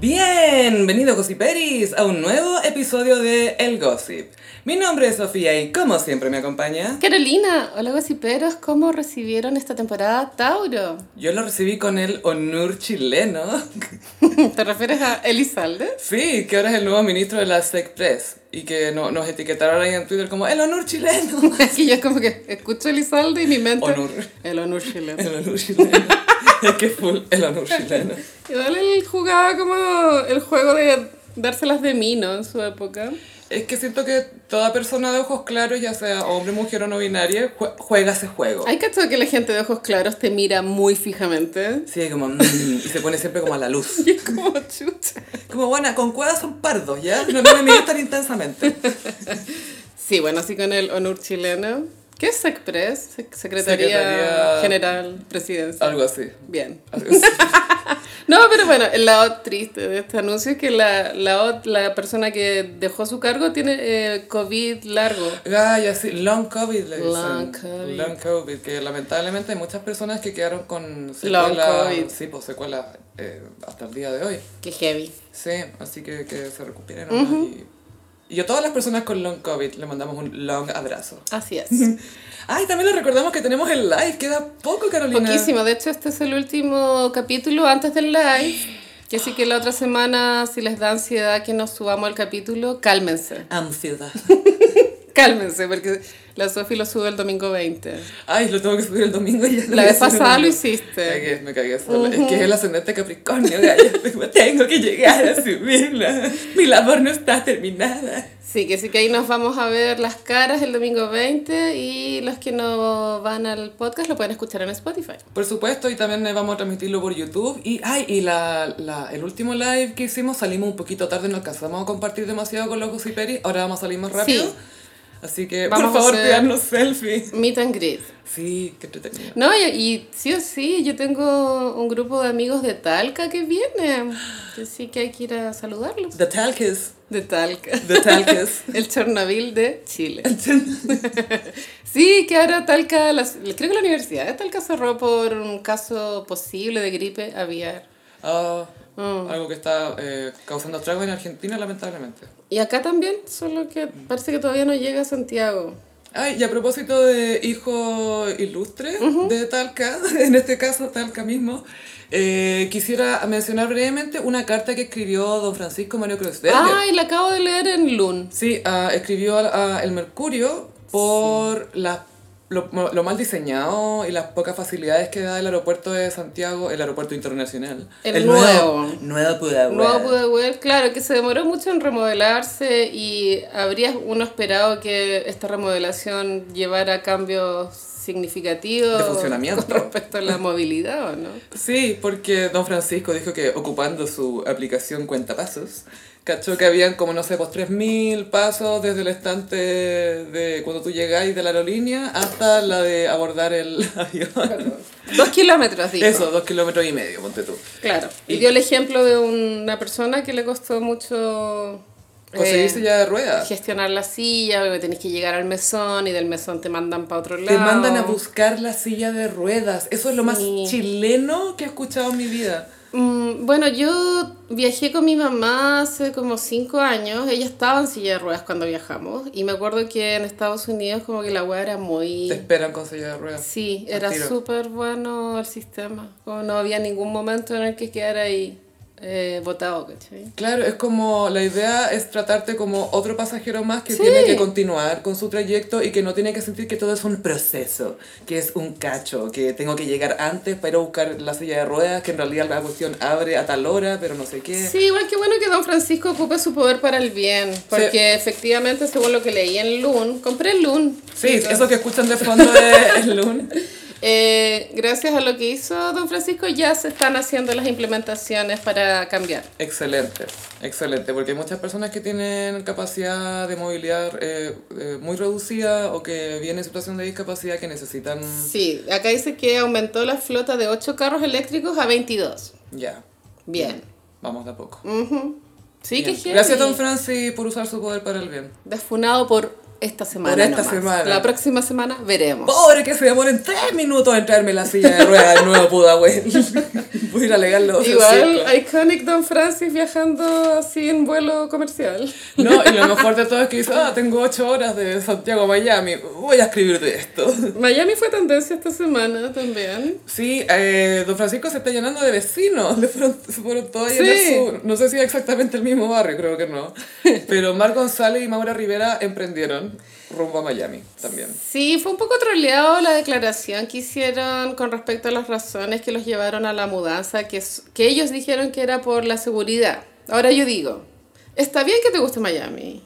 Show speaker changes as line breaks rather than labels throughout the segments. Bienvenido Gossiperis a un nuevo episodio de El Gossip. Mi nombre es Sofía y como siempre me acompaña,
Carolina, hola gossiperos, ¿cómo recibieron esta temporada Tauro?
yo lo recibí con el honor chileno.
¿Te refieres a Elizalde?
Sí, que ahora es el nuevo ministro de la SECPRES y que no- nos etiquetaron ahí en Twitter como el honor chileno.
Es que yo como que escucho Elizalde y mi mente...
Honor.
El honor chileno.
El honor chileno. es que full el honor chileno.
Igual él jugaba como el juego de dárselas de mino en su época.
Es que siento que toda persona de ojos claros, ya sea hombre, mujer o no binaria, jue- juega ese juego.
Hay cachado que la gente de ojos claros te mira muy fijamente.
Sí, como... mm, y se pone siempre como a la luz.
Y es como chucha.
Como, bueno, con cuerdas son pardos, ¿ya? No, no me mires tan intensamente.
Sí, bueno, así con el honor chileno. ¿Qué es SECPRES? Sec- Secretaría,
Secretaría- Ah.
General Presidencia.
Algo así.
Bien.
Algo así.
No, pero bueno, el lado triste de este anuncio es que la, la, ot- la persona que dejó su cargo tiene eh, COVID largo.
Ay, así, long COVID le dicen.
Long COVID.
Long COVID, que lamentablemente hay muchas personas que quedaron con
COVID.
Sí, pues secuelas eh, hasta el día de hoy.
Qué heavy.
Sí, así que que se recuperen nomás y, y a todas las personas con long COVID le mandamos un long abrazo.
Así es.
Ay, también les recordamos que tenemos el live, queda poco, Carolina.
Poquísimo. De hecho, este es el último capítulo antes del live. Que sí que la otra semana, si les da ansiedad que nos subamos el capítulo, cálmense.
Ansiedad.
Cálmense, porque la Sofi lo sube el domingo 20.
Ay, lo tengo que subir el domingo y ya lo
La
voy a
vez
subir el
pasada lo
domingo. Me
hiciste.
cagué, me cagué sola. Es que es el ascendente Capricornio, gallo. Tengo que llegar a subirla. Mi labor no está terminada.
Sí, que sí que ahí nos vamos a ver las caras el domingo 20 y los que no van al podcast lo pueden escuchar en Spotify.
Por supuesto, y también eh, vamos a transmitirlo por YouTube. Y, ay, y la, la- el último live que hicimos salimos un poquito tarde, no alcanzamos a compartir demasiado con los Gossiperis. Ahora vamos a salir más rápido.
Sí.
Así que,
Vamos
por favor,
a hacer-
pídanos selfie.
Meet and greet.
Sí, qué entretenido.
No, y, y sí o sí, yo tengo un grupo de amigos de Talca que viene. Así que hay que ir a saludarlos.
The Talkers.
De Talca.
The Talkers.
El Chernobyl de Chile. Sí, que ahora Talca, las- creo que la Universidad de Talca cerró por un caso posible de gripe aviar.
Ah,
Mm.
Algo que está eh, causando estragos en Argentina, lamentablemente.
Y acá también, solo que parece que todavía no llega a Santiago.
Ay, y a propósito de hijo ilustre de Talca, en este caso Talca mismo, eh, quisiera mencionar brevemente una carta que escribió don Francisco Mario Kreuzberger.
Ay, la acabo de leer en Lun.
Sí, ah, escribió a, a El Mercurio por las- lo, lo mal diseñado y las pocas facilidades que da el aeropuerto de Santiago, el aeropuerto internacional.
El nuevo.
Nuevo Pudahuel.
No pude ver, claro, que se demoró mucho en remodelarse y habría uno esperado que esta remodelación llevara cambios significativos
De funcionamiento.
con respecto a la movilidad, ¿o no?
Sí, porque don Francisco dijo que ocupando su aplicación Cuentapasos, cachó que habían como, no sé, pues 3.000 pasos desde el estante de cuando tú llegáis de la aerolínea hasta la de abordar el avión.
Dos kilómetros, dijo.
Eso, dos kilómetros y medio, ponte tú.
Claro. Y dio el ejemplo de una persona que le costó mucho... eh,
Conseguirse ya de ruedas.
gestionar la silla, porque tenés que llegar al mesón y del mesón te mandan para otro lado.
Te mandan a buscar la silla de ruedas. Eso es lo más
Sí.
chileno que he escuchado en mi vida.
Mm, Bueno, yo viajé con mi mamá hace como cinco años. Ella estaba en silla de ruedas cuando viajamos. Y me acuerdo que en Estados Unidos como que la weá era
Te
muy...
esperan con silla de ruedas.
Sí,
Al
era
tiro.
súper bueno el sistema. Como no había ningún momento en el que quedara ahí eh, botado, ¿cachai?
Claro, es como la idea es tratarte como otro pasajero más que
Sí.
tiene que continuar con su trayecto y que no tiene que sentir que todo es un proceso, que es un cacho, que tengo que llegar antes para ir a buscar la silla de ruedas, que en realidad la cuestión abre a tal hora, pero no sé qué.
Sí, igual que bueno que Don Francisco ocupe su poder para el bien. Porque efectivamente, según lo que leí en Loon, compré el Loon.
Sí, eso que escuchan de fondo de el Loon.
Eh, gracias a lo que hizo Don Francisco ya se están haciendo las implementaciones para cambiar.
Excelente, excelente, porque hay muchas personas que tienen capacidad de movilidad eh, eh, muy reducida o que vienen en situación de discapacidad que necesitan...
Sí, acá dice que aumentó la flota de 8 carros eléctricos a 22.
Ya,
Bien.
vamos de a poco.
Ujú. Sí,
Bien.
que heavy.
Gracias, Don Francis, por usar su poder para el bien.
Defunado por esta semana.
Por esta
nomás.
semana. Oh,
La próxima semana veremos.
Pobre que se demoren tres minutos en traerme la silla de ruedas del nuevo Pudahuel. Voy a ir a alegarlo.
Igual, Iconic Don Francis viajando así en vuelo comercial.
No, y lo mejor de todo es que dice, ah, tengo 8 horas de Santiago a Miami, voy a escribir de esto.
Miami fue tendencia esta semana también.
Sí, eh, don Francisco se está llenando de vecinos, le fueron, se fueron todos a llenar
Sí.
su- No sé si es exactamente el mismo barrio, creo que no. Pero Mar González y Maura Rivera emprendieron rumbo a Miami también.
Sí, fue un poco troleado la declaración que hicieron con respecto a las razones que los llevaron a la mudanza, que, es- que ellos dijeron que era por la seguridad. Ahora yo digo, está bien que te guste Miami,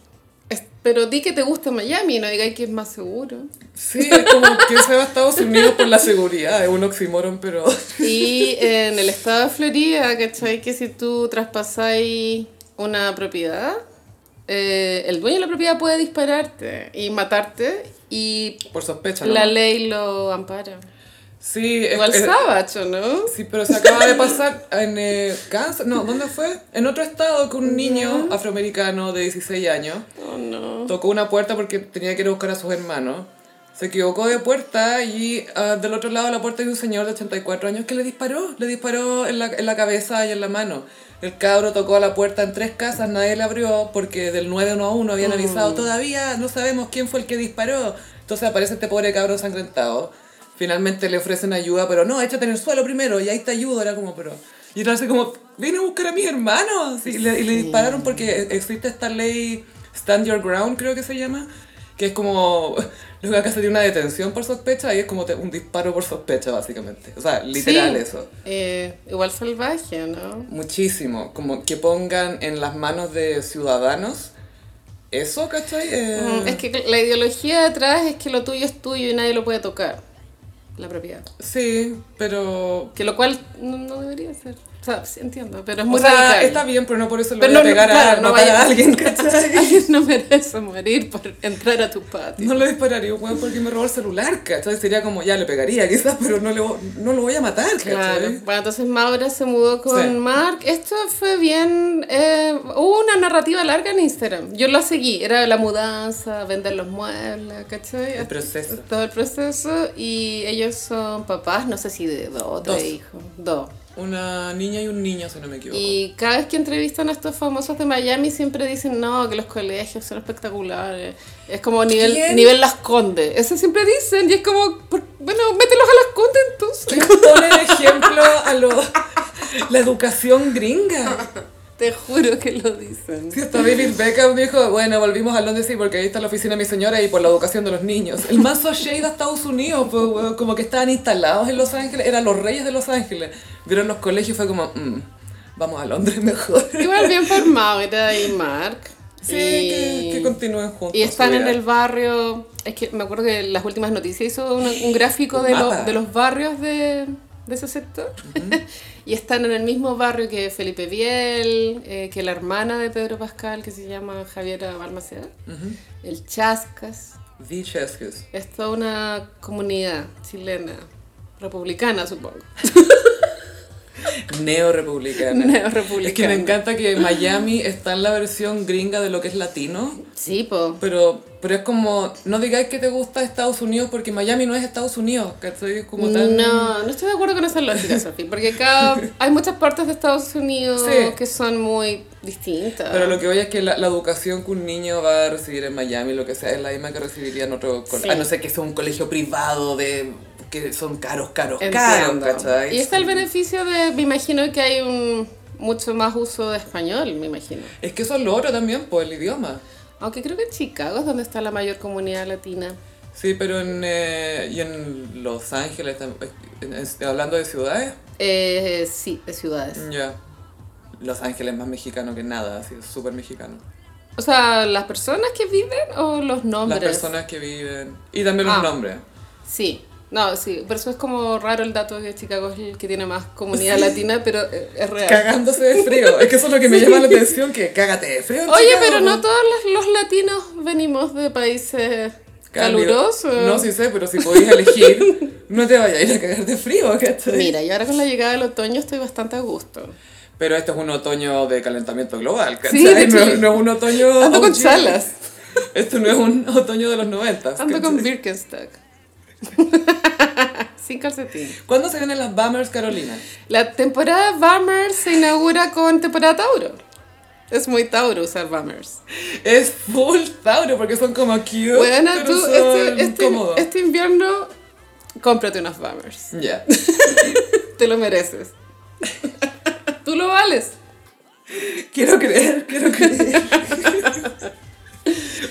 es- pero di que te gusta Miami, no digáis que es más seguro.
Sí, es como que se va a Estados Unidos por la seguridad, es un oxímoron, pero...
Y en el estado de Florida, ¿cachai? Que si tú traspasáis una propiedad, eh, el dueño de la propiedad puede dispararte y matarte y
Por sospecha, ¿no?
la ley lo ampara.
Sí, es-
Igual
es-
sábado, ¿no?
Sí, pero se acaba de pasar en eh, Kansas, no, ¿dónde fue? En otro estado que un niño afroamericano de 16 años
Oh, no.
tocó una puerta porque tenía que ir a buscar a sus hermanos. Se equivocó de puerta y ah, del otro lado de la puerta hay un señor de 84 años que le disparó, le disparó en la, en la cabeza y en la mano. El cabro tocó a la puerta en tres casas, nadie la abrió porque del 911 habían avisado, todavía no sabemos quién fue el que disparó. Entonces aparece este pobre cabro sangrentado. Finalmente le ofrecen ayuda, pero no, échate en el suelo primero y ahí te ayudo. Era como, pero... Y era así como, vine a buscar a mis hermanos. Y le, y le dispararon porque existe esta ley Stand Your Ground, creo que se llama, que es como, luego acá sería una detención por sospecha y es como te- un disparo por sospecha, básicamente. O sea, literal
Sí.
eso.
Eh, igual salvaje, ¿no?
Muchísimo. Como que pongan en las manos de ciudadanos eso, ¿cachai? Eh,
Mm, Es que la ideología detrás es que lo tuyo es tuyo y nadie lo puede tocar. La propiedad.
Sí, pero...
Que lo cual no, no debería ser. O sea, sí entiendo, pero es
O
muy
sea,
radical.
está bien, pero no por eso le
Pero
voy a
no-
pegar
claro,
a
no
matar
vaya-
a alguien, ¿cachai?
Alguien no merece morir por entrar a tu patio.
No le dispararía, weón, porque me robó el celular, ¿cachai? Sería como, ya, le pegaría quizás, pero no, le, vo- no lo voy a matar, ¿cachai?
Claro. Bueno, entonces Maura se mudó con
Sí.
Mark. Esto fue bien. eh, hubo una narrativa larga en Instagram. Yo lo seguí. Era la mudanza, vender los muebles, ¿cachai?
El proceso.
Todo el proceso. Y ellos son papás, no sé si de dos o tres
Dos.
hijos. Dos.
Una niña y un niño, si no me equivoco.
Y cada vez que entrevistan a estos famosos de Miami siempre dicen, no, que los colegios son espectaculares. Es como nivel,
¿Quién?
nivel Las Condes. Eso siempre dicen y es como, por- bueno, mételos a Las Condes entonces.
Ponle el ejemplo a lo- la educación gringa.
Te juro que lo dicen.
Si hasta David Beckham dijo, bueno, volvimos a Londres sí, porque ahí está la oficina de mi señora y por la educación de los niños. El más shade a Estados Unidos, pues, weón, como que estaban instalados en Los Ángeles, eran los reyes de Los Ángeles. Vieron los colegios y fue como, "Mm, vamos a Londres mejor.
Igual bien por Maura y Mark.
Sí,
y,
que, que continúen juntos.
y están
su
en
vida.
el barrio. Es que me acuerdo que en las últimas noticias hizo un, un gráfico
Un
de, lo-
mapa.
de los barrios de, de ese sector. y están en el mismo barrio que Felipe Biel, eh, que la hermana de Pedro Pascal, que se llama Javiera Balmaceda, el Chascas.
The Cheskes.
Es toda una comunidad chilena, republicana, supongo.
Neorepublicana.
Neorepublicana.
Es que me encanta que Miami está en la versión gringa de lo que es latino.
Sí, po.
Pero, pero es como, no digáis que te gusta Estados Unidos porque Miami no es Estados Unidos, ¿cachai? Es como tan...
No, no estoy de acuerdo con esa lógica, Sofi, porque acá hay muchas partes de Estados Unidos
Sí.
que son muy distintas.
Pero lo que voy es que la, la educación que un niño va a recibir en Miami, lo que sea, es la misma que recibiría en otro colegio.
Sí.
A no ser que sea un colegio privado de... que son caros, caros,
Entiendo.
caros, ¿cachai?
Y está el
Sí.
beneficio de, me imagino que hay un mucho más uso de español, me imagino.
Es que eso es lo otro también, por el idioma.
Aunque creo que en Chicago es donde está la mayor comunidad latina.
Sí, pero en, eh, y en Los Ángeles, tam- en- en- hablando de ciudades,
Eh, sí, de ciudades.
ya. Los Ángeles más mexicano que nada, así, súper mexicano.
O sea, las personas que viven o los nombres.
Las personas que viven. Y también los
Ah.
nombres.
Sí, no, sí, por eso es como raro el dato de que Chicago es el que tiene más comunidad latina, pero eh, es real.
Cagándose de frío. Es que eso es lo que me llama la atención, que cágate de frío. en
Oye,
Chicago,
pero no
po.
todos los, los latinos venimos de países
Cálido.
calurosos.
No, sí sé, pero si podéis elegir, no te vayas a ir a cagar de frío, ¿cachai?
Mira, y ahora con la llegada del otoño estoy bastante a gusto.
Pero este es un otoño de calentamiento global, ¿cachai?
Sí, de
no,
Chile.
no es un otoño...
Ando con
OG.
chalas.
Esto no es un otoño de los 90.
Ando con Birkenstock. sin calcetín.
¿Cuándo se vienen las Bummers, Carolina?
La temporada Bummers se inaugura con temporada Tauro. Es muy Tauro usar Bummers.
Es full Tauro porque son como cute.
Bueno,
pero
tú
son
este, este-
cómodos.
este invierno cómprate unos Bummers.
Ya.
Te lo mereces. Tú lo vales.
Quiero creer, quiero creer.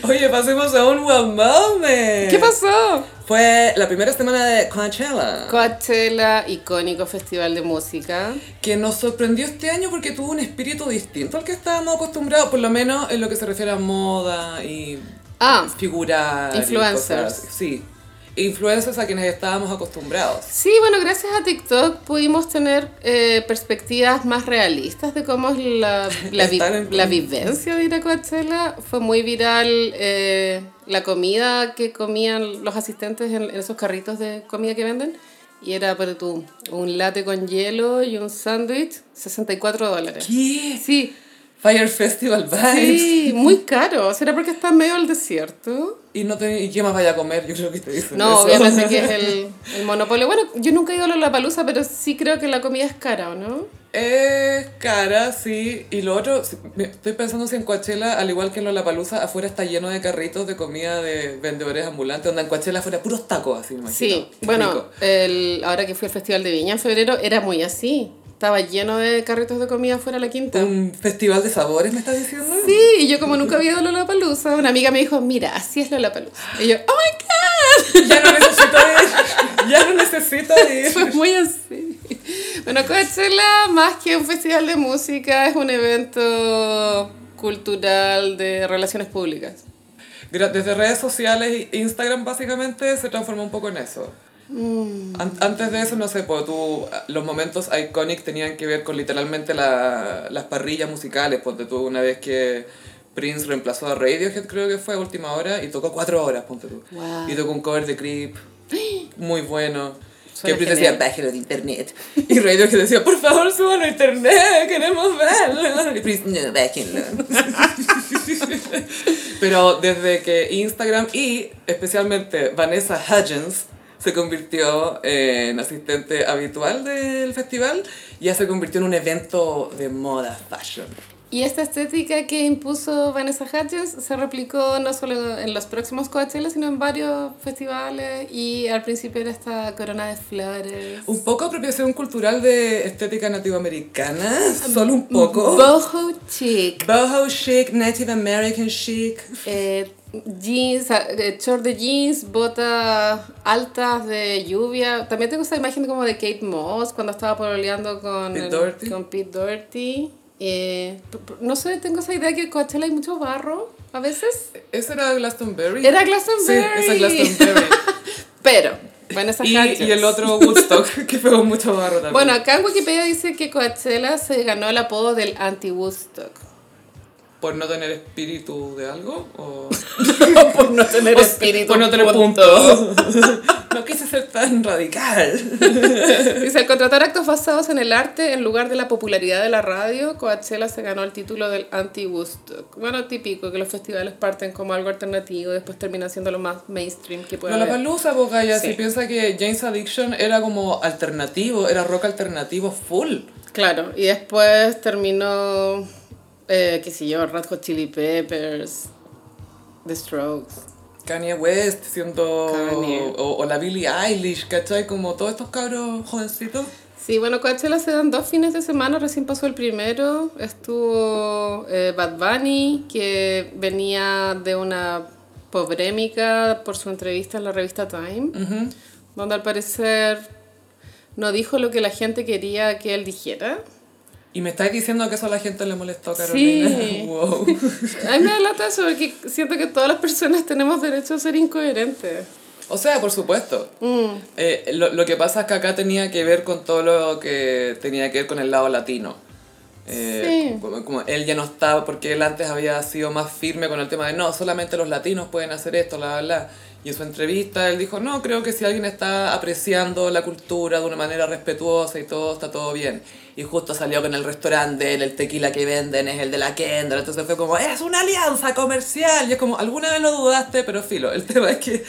Oye, pasemos a un one moment.
¿Qué pasó?
Fue la primera semana de Coachella.
Coachella, icónico festival de música.
que nos sorprendió este año porque tuvo un espíritu distinto al que estábamos acostumbrados, por lo menos en lo que se refiere a moda y
Ah,
figurar. y
Influencers.
cosas así. Sí. Influencers a quienes estábamos acostumbrados.
Sí, bueno, gracias a TikTok pudimos tener eh, perspectivas más realistas de cómo es la, la, vi-
Estar en-
la vivencia de ir a Coachella. Fue muy viral eh, la comida que comían los asistentes en, en esos carritos de comida que venden. Y era para tú un latte con hielo y un sándwich, 64 dólares.
¿Qué?
Sí,
Fire Festival Vibes.
sí, muy caro. ¿Será porque está en medio del desierto?
Y, no te, ¿Y qué más vaya a comer? Yo creo que te dicen
No,
eso.
obviamente que es el, el monopolio. Bueno, yo nunca he ido a la palusa, pero sí creo que la comida es cara, ¿o no?
Es cara, sí. Y lo otro, si- me- estoy pensando si en Coachella, al igual que en Lollapalooza, afuera está lleno de carritos de comida de vendedores ambulantes, donde en Coachella fuera puros tacos, así me imagino.
Sí, bueno,
Rico.
el, ahora que fui al Festival de Viña en febrero, era muy así. Estaba lleno de carritos de comida fuera de la quinta.
¿Un festival de sabores me estás diciendo?
Sí, y yo como nunca había ido a Lollapalooza, una amiga me dijo, mira, así es Lollapalooza. Y yo, ¡oh my God!
Ya no necesito ir. Ya no necesito ir.
Fue "Oh, muy así. Bueno, Coachella, más que un festival de música, es un evento cultural de relaciones públicas.
Mira, Desde redes sociales e Instagram básicamente se transformó un poco en eso. An- antes de eso, no sé, pues, tú, los momentos iconic tenían que ver con literalmente la- las parrillas musicales, ponte tú una vez que Prince reemplazó a Radiohead, creo que fue a última hora, y tocó cuatro horas, ponte tú.
Wow.
Y tocó un cover de Creep, muy bueno.
Suena
que Prince
genial.
decía, bájelo de internet. Y Radiohead decía, por favor, súbalo a internet, queremos verlo. Y Prince, no, bájenlo. Pero desde que Instagram y especialmente Vanessa Hudgens se convirtió en asistente habitual del festival, ya se convirtió en un evento de moda fashion.
Y esta estética que impuso Vanessa Hudgens se replicó no solo en los próximos Coachella, sino en varios festivales y al principio era esta corona de flores.
Un poco apropiación cultural de estética nativoamericana, solo un poco.
Boho chic,
Boho chic, Native American chic.
eh, jeans, eh, short de jeans, botas altas de lluvia. También tengo esa imagen como de Kate Moss cuando estaba pololeando con
Pete
el-
Doherty.
con Pete Doherty. Eh, p- p- no sé, tengo esa idea que en Coachella hay mucho barro a veces.
¿Eso era Glastonbury?
Era
Sí,
Glastonbury.
esa es Glastonbury.
Pero, Vanessa
y,
Hudgens.
y el otro Woodstock, que pegó mucho barro también.
Bueno, acá en Wikipedia dice que Coachella se ganó el apodo del anti-Woodstock.
¿Por no tener espíritu de algo? ¿O
Por no tener
por no tener punto? no quise ser tan radical.
Dice, al contratar actos basados en el arte en lugar de la popularidad de la radio, Coachella se ganó el título del anti-Woodstock. Bueno, típico, que los festivales parten como algo alternativo y después terminan siendo lo más mainstream que puede
No la
haber.
palusa, vos, Gaya,
Sí.
si piensa que James Addiction era como alternativo, era rock alternativo full.
Claro, y después terminó, eh, qué sé yo, Red Hot Chili Peppers, The Strokes.
Kanye West siendo...
Kanye.
O, o la Billie Eilish, ¿cachai? Como todos estos cabros jovencitos.
Sí, bueno, Coachella se dan dos fines de semana, recién pasó el primero, estuvo eh, Bad Bunny, que venía de una polémica por su entrevista en la revista Time,
Ujú.
donde al parecer no dijo lo que la gente quería que él dijera.
Y me estáis diciendo que eso a la gente le molestó, Carolina.
Sí.
Wow.
A mí me da lata eso, porque siento que todas las personas tenemos derecho a ser incoherentes.
O sea, por supuesto. Eh, lo, lo que pasa es que acá tenía que ver con todo lo que tenía que ver con el lado latino. Eh,
Sí.
como, como él ya no estaba, porque él antes había sido más firme con el tema de no, solamente los latinos pueden hacer esto, la bla, bla. Y en su entrevista él dijo, no, creo que si alguien está apreciando la cultura de una manera respetuosa y todo, está todo bien. Y justo salió que en el restaurante de él, el tequila que venden es el de la Kendall. Entonces fue como, es una alianza comercial. Y es como, alguna vez lo dudaste, pero filo. El tema es que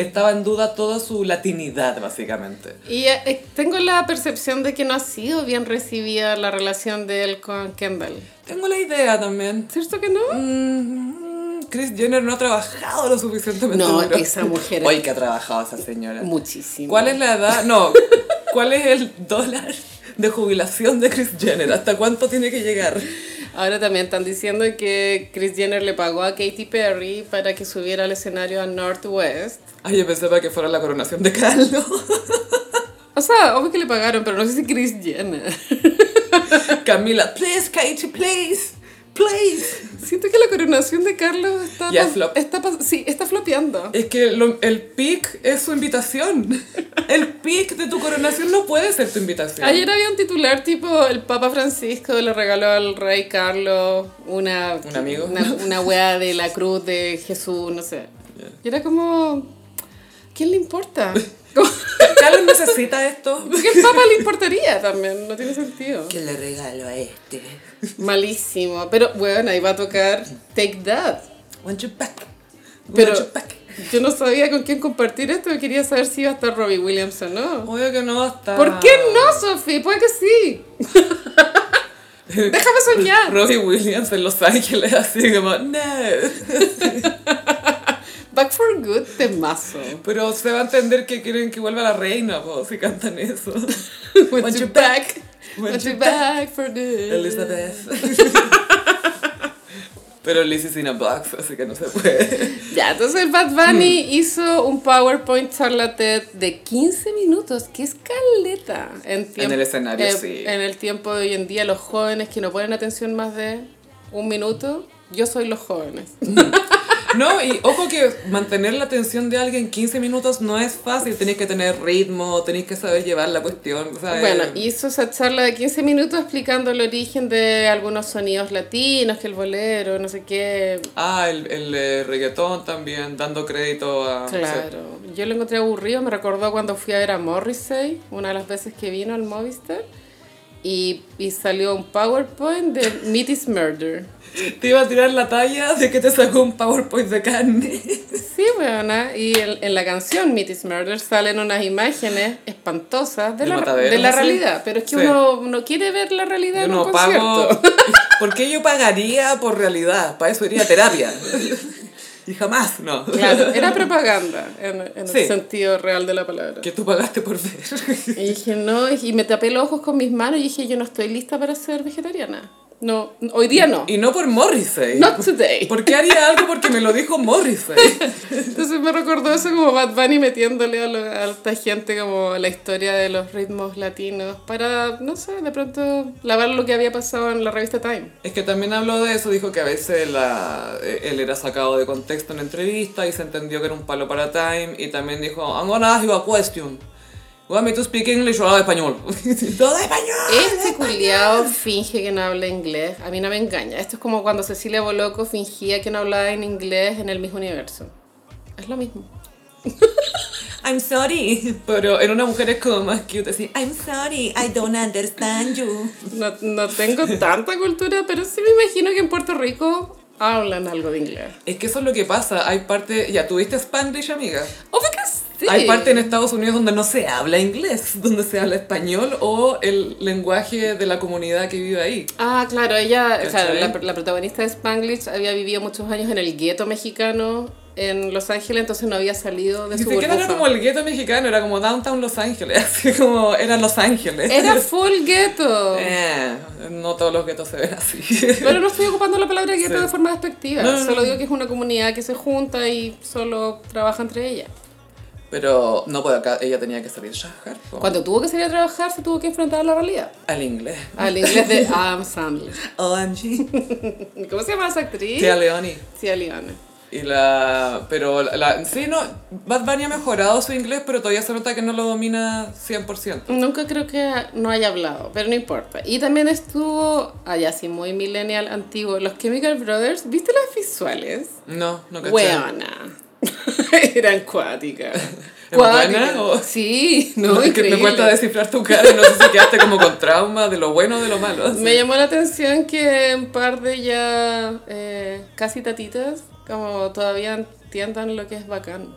estaba en duda toda su latinidad, básicamente.
Y eh, tengo la percepción de que no ha sido bien recibida la relación de él con Kendall.
Tengo la idea también.
¿Cierto que no?
Mm, Chris Jenner no ha trabajado lo suficientemente.
No,
duro.
esa mujer-
Hoy que ha trabajado esa señora.
Muchísimo.
Mm. ¿Cuál es la edad? No, ¿cuál es el dólar de jubilación de Chris Jenner? ¿Hasta cuánto tiene que llegar?
Ahora también están diciendo que Chris Jenner le pagó a Katy Perry para que subiera al escenario a Northwest.
Ay, yo pensaba que fuera la coronación de Carlos.
O sea, obvio que le pagaron, pero no sé si Chris Jenner.
Camila, please, Katie, please, please.
Siento que la coronación de Carlos está...
Ya
pas-
flop.
está pas- sí, está flopeando.
Es que lo- el pic es su invitación. El pic de tu coronación no puede ser tu invitación.
Ayer había un titular tipo el Papa Francisco le regaló al rey Carlos una...
¿Un amigo?
Una, una wea de la cruz de Jesús, no sé.
Ya.
Y era como... ¿Quién le importa? Como-
Carlos necesita esto.
Porque el Papa le importaría también, no tiene sentido.
Que le regalo a este.
Malísimo. Pero bueno, ahí va a tocar Take That.
Want you back.
Pero
Want you back.
yo no sabía con quién compartir esto, yo quería saber si iba a estar Robbie Williams o no.
Obvio que no está.
¿Por qué no, Sophie? Puede que sí. Déjame soñar.
Robbie Williams en Los Ángeles, así como, no.
Back for Good, temazo.
Pero se va a entender que quieren que vuelva la reina, po, si cantan eso.
Want you back. Want you back for good.
Elizabeth. Pero Liz is in a box, así que no se puede.
Ya, entonces Bad Bunny
Mm.
hizo un PowerPoint charla TED de 15 minutos, que es caleta. En, tiemp- eh,
En el escenario, sí.
En el tiempo de hoy en día, los jóvenes que no ponen atención más de un minuto, yo soy los jóvenes.
No, y ojo que mantener la atención de alguien 15 minutos no es fácil. Tenéis que tener ritmo, tenéis que saber llevar la cuestión. o sea,
Bueno,
eh,
hizo esa charla de 15 minutos explicando el origen de algunos sonidos latinos, que el bolero, no sé qué.
Ah, el, el, eh, reggaetón también, dando crédito a...
Ah, Claro, yo lo encontré aburrido, me recordó cuando fui a ver a Morrissey, una de las veces que vino al Movistar, y, y salió un PowerPoint de Meat is Murder.
Te iba a tirar la talla de que te sacó un PowerPoint de carne.
Sí, weona, y en, en la canción Meat is Murder salen unas imágenes espantosas de
Del
la,
matadero,
de la
sí.
realidad, pero es que
Sí.
uno no quiere ver la realidad
Yo
en un
no
concierto.
pago. ¿Por qué yo pagaría por realidad? Para eso iría a terapia. Y jamás, no.
Claro, era propaganda en, en
Sí.
el sentido real de la palabra.
Que tú pagaste por ver.
Y dije, no, y me tapé los ojos con mis manos y dije, yo no estoy lista para ser vegetariana. No, hoy día no.
Y no por Morrissey.
Not today.
¿Por qué haría algo porque me lo dijo Morrissey?
Entonces me recordó eso como Bad Bunny metiéndole a, lo- a esta gente como la historia de los ritmos latinos para, no sé, de pronto lavar lo que había pasado en la revista Time.
Es que también habló de eso, dijo que a veces la- eh, él era sacado de contexto en entrevista y se entendió que era un palo para Time. Y también dijo, I'm gonna ask you a question. Want me to speak English o hablo español? ¡Todo español!
Este culiao finge que no habla inglés. A mí no me engaña. Esto es como cuando Cecilia Boloco fingía que no hablaba en inglés en el mismo universo. Es lo mismo.
I'm sorry.
Pero en una mujer es como más cute, así, "Ah,
I'm sorry. I don't understand you.
No, no tengo tanta cultura, pero sí me imagino que en Puerto Rico hablan algo de inglés.
Es que eso es lo que pasa. Hay parte. Ya tuviste Spanglish, amiga.
Obvio que Oh sí.
Hay parte en Estados Unidos donde no se habla inglés, donde se habla español o el lenguaje de la comunidad que vive ahí.
Ah, claro, ella,
¿Cachai?
claro, la, la protagonista de Spanglish había vivido muchos años en el gueto mexicano en Los Ángeles, entonces no había salido de
Ni
su
siquiera era como
burbuja.
el gueto mexicano, era como Downtown Los Ángeles, así como era Los Ángeles.
Era full gueto.
Eh, no todos los guetos se ven así.
Pero no estoy ocupando la palabra gueto
Sí.
de forma despectiva.
No, no, no.
Solo digo que es una comunidad que se junta y solo trabaja entre ellas.
Pero no, por acá ella tenía que salir Shahar po,
Cuando tuvo que salir a trabajar, se tuvo que enfrentar a la realidad.
al inglés.
Al inglés de Adam Sandler.
OMG.
¿Cómo se llama esa actriz?
Tía Leoni.
Tía Leone.
Y la... Pero la, la- Sí, no, Bad Bunny ha mejorado su inglés, pero todavía se nota que no lo domina 100%.
Nunca creo que no haya hablado, pero no importa. Y también estuvo, allá sí, muy millennial antiguo, los Chemical Brothers. ¿Viste las visuales?
No, no caché.
Weona. Eran cuáticas.
¿Es buena
Cuáticas.
o-
Sí,
No,
no,
es que
increíble.
me cuesta descifrar tu cara, no sé si quedaste como con trauma de lo bueno o de lo malo.
Me llamó la atención que un par de ya eh, casi tatitas, como todavía entiendan lo que es bacán.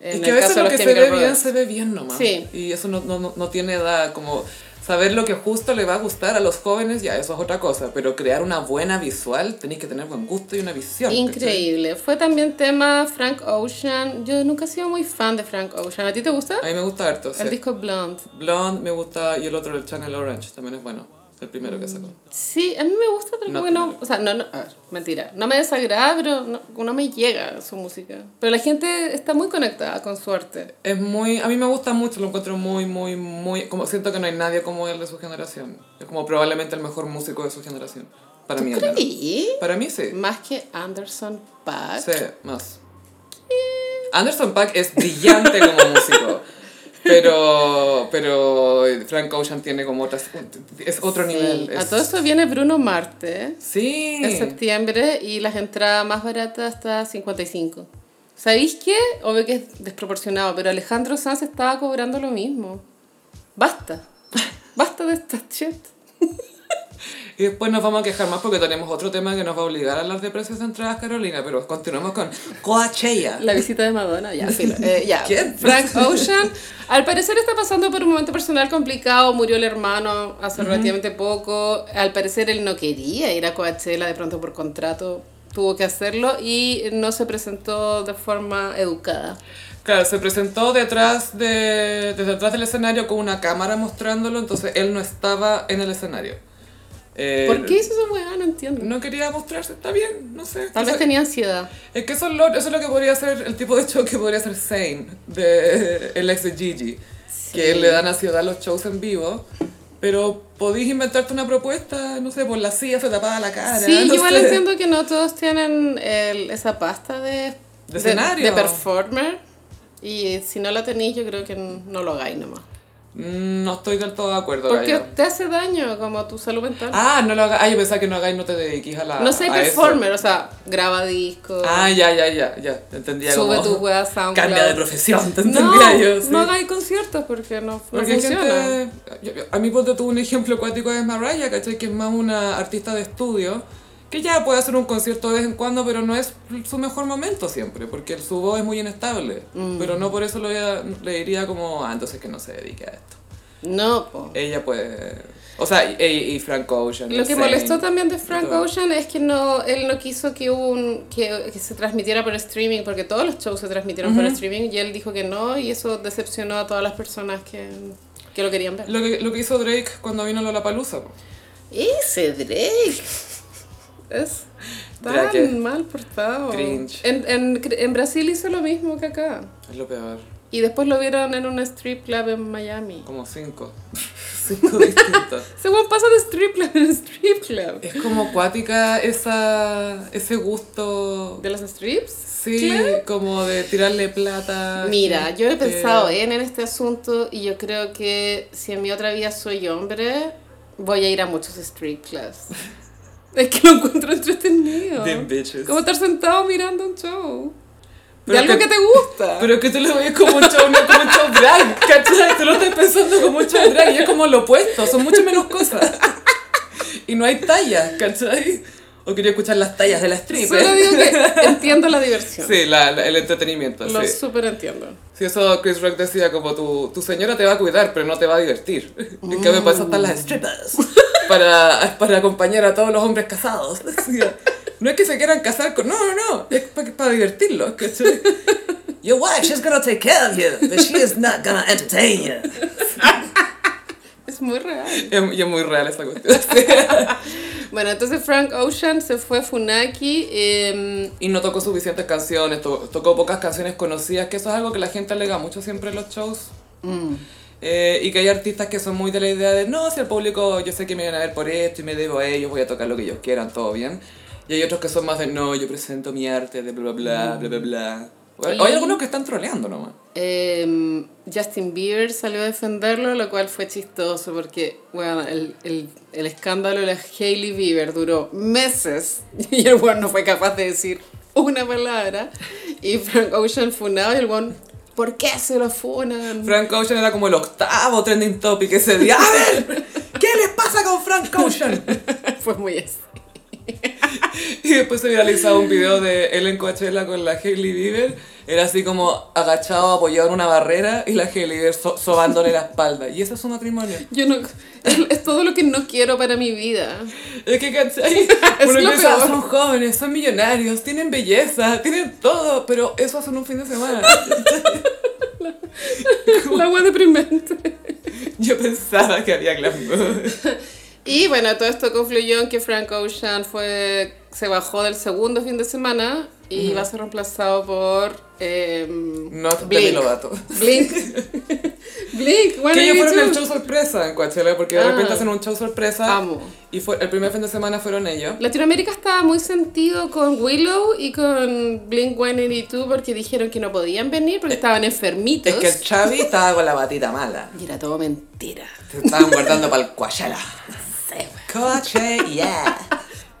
En
Es que a
el
veces
caso de
lo
los
que se
Chemical
ve bien,
Brothers.
se ve bien nomás.
Sí.
Y eso no, no- no- no tiene edad, como saber lo que justo le va a gustar a los jóvenes, ya, eso es otra cosa. Pero crear una buena visual, tenéis que tener buen gusto y una visión.
Increíble. Fue también tema Frank Ocean. Yo nunca he sido muy fan de Frank Ocean. ¿A ti te gusta?
¿cachai? A mí me gusta harto. sí.
El disco Blonde.
Blonde me gusta y el otro, el Channel Orange, también es bueno. El primero que sacó.
Sí, a mí me gusta, pero
No
como que
te
no.
gusta.
O sea, no, no. A ver, mentira. No me desagrada, pero no, no me llega su música. Pero la gente está muy conectada con su arte.
Es muy, a mí me gusta mucho, lo encuentro muy, muy, muy, como siento que no hay nadie como él de su generación. Es como probablemente el mejor músico de su generación. Para mí, al menos.
¿Y?
Para mí sí.
Más que Anderson Paak.
Sí, más. Anderson Paak es brillante como músico. Pero, pero Frank Ocean tiene como otras. Es otro
Sí.
nivel.
A
es-
todo esto viene Bruno Marte
Sí.
en septiembre y las entradas más baratas está a 55. ¿Sabéis qué? Obvio que es desproporcionado, pero Alejandro Sanz estaba cobrando lo mismo. Basta. Basta de esta shit.
Y después nos vamos a quejar más porque tenemos otro tema que nos va a obligar a hablar de precios de entradas, Carolina. Pero continuamos con Coachella.
La visita de Madonna, ya, filo. Eh, ya.
¿Quién?
Frank Ocean, al parecer está pasando por un momento personal complicado, murió el hermano hace relativamente poco, al parecer él no quería ir a Coachella, de pronto por contrato tuvo que hacerlo y no se presentó de forma educada.
Claro, se presentó detrás de, desde atrás del escenario con una cámara mostrándolo, entonces él no estaba en el escenario. Eh,
¿Por qué hizo esa weá? No entiendo.
No quería mostrarse, está bien, no sé.
Tal
Quizá-
vez tenía ansiedad.
Es que eso es, lo, eso es lo que podría ser, el tipo de show que podría ser Zane, de, el ex de Gigi. Que le dan ansiedad a los shows en vivo. Pero podís inventarte una propuesta, no sé, por la silla se tapaba la cara.
Sí,
no
igual
sé.
entiendo que no todos tienen el- esa pasta de,
De escenario.
de performer y si no la tenéis yo creo que no lo hagáis nomás.
Mm, No estoy del todo de acuerdo,
Porque
Gaya.
te hace daño como a tu salud mental.
Ah, no lo hagas. Ah, yo pensaba que no hagáis, no te dediquís a la.
no sé,
Ah, a eso.
performer, o sea, graba discos,
Ah, ya, ya, ya, ya. Te entendía
sube
como-
tu wea a SoundCloud.
Cambia de profesión, te entendía
No,
yo. sí.
no hagáis conciertos porque no, no
Porque hay
funciona.
gente, yo- yo- a mí ponte tuvo un ejemplo acuático de Mariah, ¿cachai? Que es más una artista de estudio, que ya puede hacer un concierto de vez en cuando, pero no es su mejor momento siempre, porque su voz es muy inestable.
Mm.
Pero no por eso lo voy a- le diría como, ah, entonces que no se dedique a esto.
No, po.
Ella puede... O sea, y, y- y Frank Ocean.
Lo
y
que
Zayn.
molestó también de Frank
todo.
Ocean es que no, él no quiso que, hubo un, que, que se transmitiera por streaming, porque todos los shows se transmitieron por streaming y él dijo que no y eso decepcionó a todas las personas que, que lo querían ver.
Lo que, lo que hizo Drake cuando vino a Lollapalooza. po.
Ese Drake es tan
Drake.
mal portado.
Cringe.
En, en, en Brasil hizo lo mismo que acá.
Es lo peor.
Y después lo vieron en un strip club en Miami.
Como cinco. cinco distintos.
Según pasa de strip club en strip club.
Es como acuática esa, ese gusto
¿De los strips?
Sí,
Claro.
como de tirarle plata.
Mira, yo he
gente.
pensado en, en este asunto y yo creo que si en mi otra vida soy hombre, voy a ir a muchos strip clubs. Es que lo encuentro entretenido.
Them bitches.
Como estar sentado mirando un show.
Pero
de algo
que-
que, te gusta.
Pero es que tú lo ves como un show, no como un show drag, ¿cachai? Tú lo estás pensando como un show drag y es como lo opuesto, son mucho menos cosas. Y no hay tallas, ¿cachai? O quería escuchar las tallas de la strip.
Solo digo que entiendo la diversión.
Sí, la- la- el entretenimiento,
Lo
sí.
súper entiendo.
Sí, eso Chris Rock decía como tu, tu señora te va a cuidar, pero no te va a divertir. En cambio, para eso están las strippers.
Mm.
Para, para acompañar a todos los hombres casados. Decía, No es que se quieran casar con... No, no, no. Es para, para divertirlos. ¿cachai?
Your wife, she's gonna take care of you, but she is not gonna entertain you.
Es muy real.
Y es- y es muy real esa cuestión.
Bueno, entonces Frank Ocean se fue a Funaki. eh,
Y no tocó suficientes canciones, to- tocó pocas canciones conocidas, que eso es algo que la gente alega mucho siempre en los shows. Eh, y que hay artistas que son muy de la idea de, no, si el público, yo sé que me van a ver por esto y me debo a ellos, voy a tocar lo que ellos quieran, todo bien. Y hay otros que son más de, no, yo presento mi arte, de bla, bla, bla, bla, bla, bla. O hay-
Y-
o hay algunos que están troleando nomás.
eh, Justin Bieber salió a defenderlo, lo cual fue chistoso porque, bueno, el, el- el escándalo de la Hailey Bieber duró meses y el bueno no fue capaz de decir una palabra. Y Frank Ocean funado y el weón, ¿por qué se lo funan?
Frank Ocean era como el octavo trending topic ese día. A ver, ¿qué les pasa con Frank Ocean?
Fue muy así.
Y después se viralizaba un video de él en Coachella con la Hailey Bieber. Era así como agachado, apoyado en una barrera y la Hailey Bieber so- sobándole la espalda. Y ese es su matrimonio.
Yo no, es, es todo lo que no quiero para mi vida.
Es que, ¿cachai?
Es
Uno
lo
piensa,
peor.
son jóvenes, son millonarios, tienen belleza, tienen todo, pero eso hacen un fin de semana.
La agua deprimente.
Yo pensaba que había glamour.
Y bueno, todo esto confluyó en que Frank Ocean fue, se bajó del segundo fin de semana y va a ser reemplazado por eh,
Not Demi
Blink.
Lovato.
Blink. Blink, bueno,
Que ellos
yo
fueron el show sorpresa en Coachella, porque de
Ah.
repente hacen un show sorpresa.
Amo.
Y fue, el primer fin de semana fueron ellos.
Latinoamérica estaba muy sentido con Willow y con Blink 182 porque dijeron que no podían venir porque estaban enfermitos.
Es que el Xavi estaba con la batita mala.
Y era todo mentira.
Se estaban guardando para el Coachella. Coachella.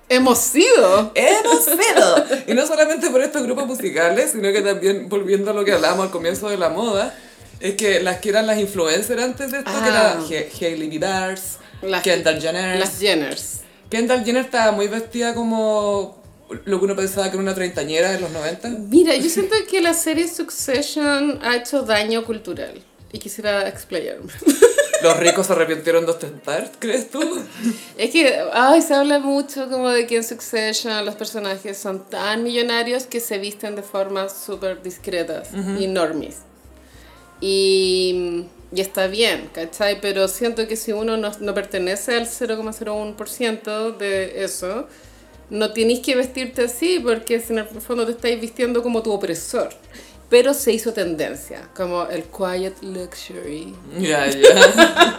Hemos sido.
Hemos sido. Y no solamente por estos grupos musicales, sino que también, volviendo a lo que hablábamos al comienzo de la moda, es que las que eran las influencers antes de esto, que
Ah.
eran Ha- Hailey Bieber,
Las-
Kendall Jenner.
Las Jenners.
Kendall Jenner estaba muy vestida como lo que uno pensaba que era una treintañera de los 90.
Mira, yo siento que la serie Succession ha hecho daño cultural. Y quisiera explayarme.
Los ricos se arrepintieron de ostentar, ¿crees tú?
Es que, ay, se habla mucho como de que en Succession los personajes son tan millonarios que se visten de formas súper discretas y normis. Y, y está bien, ¿cachai? Pero siento que si uno no, no pertenece al 0,01% de eso, no tenéis que vestirte así porque si en el fondo te estáis vistiendo como tu opresor. Pero se hizo tendencia, como el quiet luxury.
Ya, ya.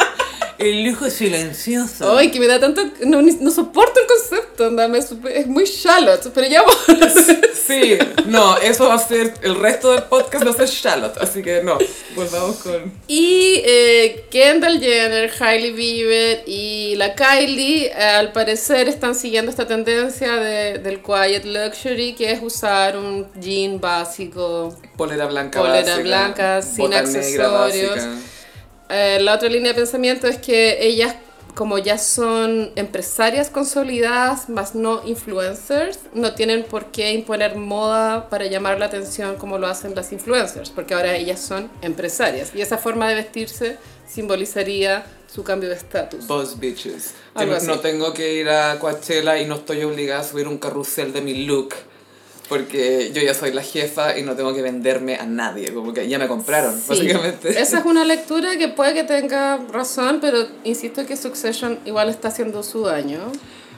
El lujo silencioso.
Ay, que me da tanto... No, ni- no soporto el concepto, onda, me supe- es muy Charlotte, pero ya vamos.
Sí, no, eso va a ser el resto del podcast, va a ser Charlotte, así que no, volvamos con...
Y eh, Kendall Jenner, Hailey Bieber y la Kylie, eh, al parecer están siguiendo esta tendencia de- del quiet luxury, que es usar un jean básico.
Polera blanca
Polera
básica,
blanca, sin
bota negra
accesorios.
básica.
Eh, la otra línea de pensamiento es que ellas, como ya son empresarias consolidadas, más no influencers, no tienen por qué imponer moda para llamar la atención como lo hacen las influencers, porque ahora ellas son empresarias. Y esa forma de vestirse simbolizaría su cambio de estatus.
Boss bitches. Que
Algo
no-
así.
no tengo que ir a Coachella y no estoy obligada a subir un carrusel de mi look. Porque yo ya soy la jefa y no tengo que venderme a nadie. Como que ya me compraron,
Sí.
básicamente.
Esa es una lectura que puede que tenga razón, pero insisto que Succession igual está haciendo su daño.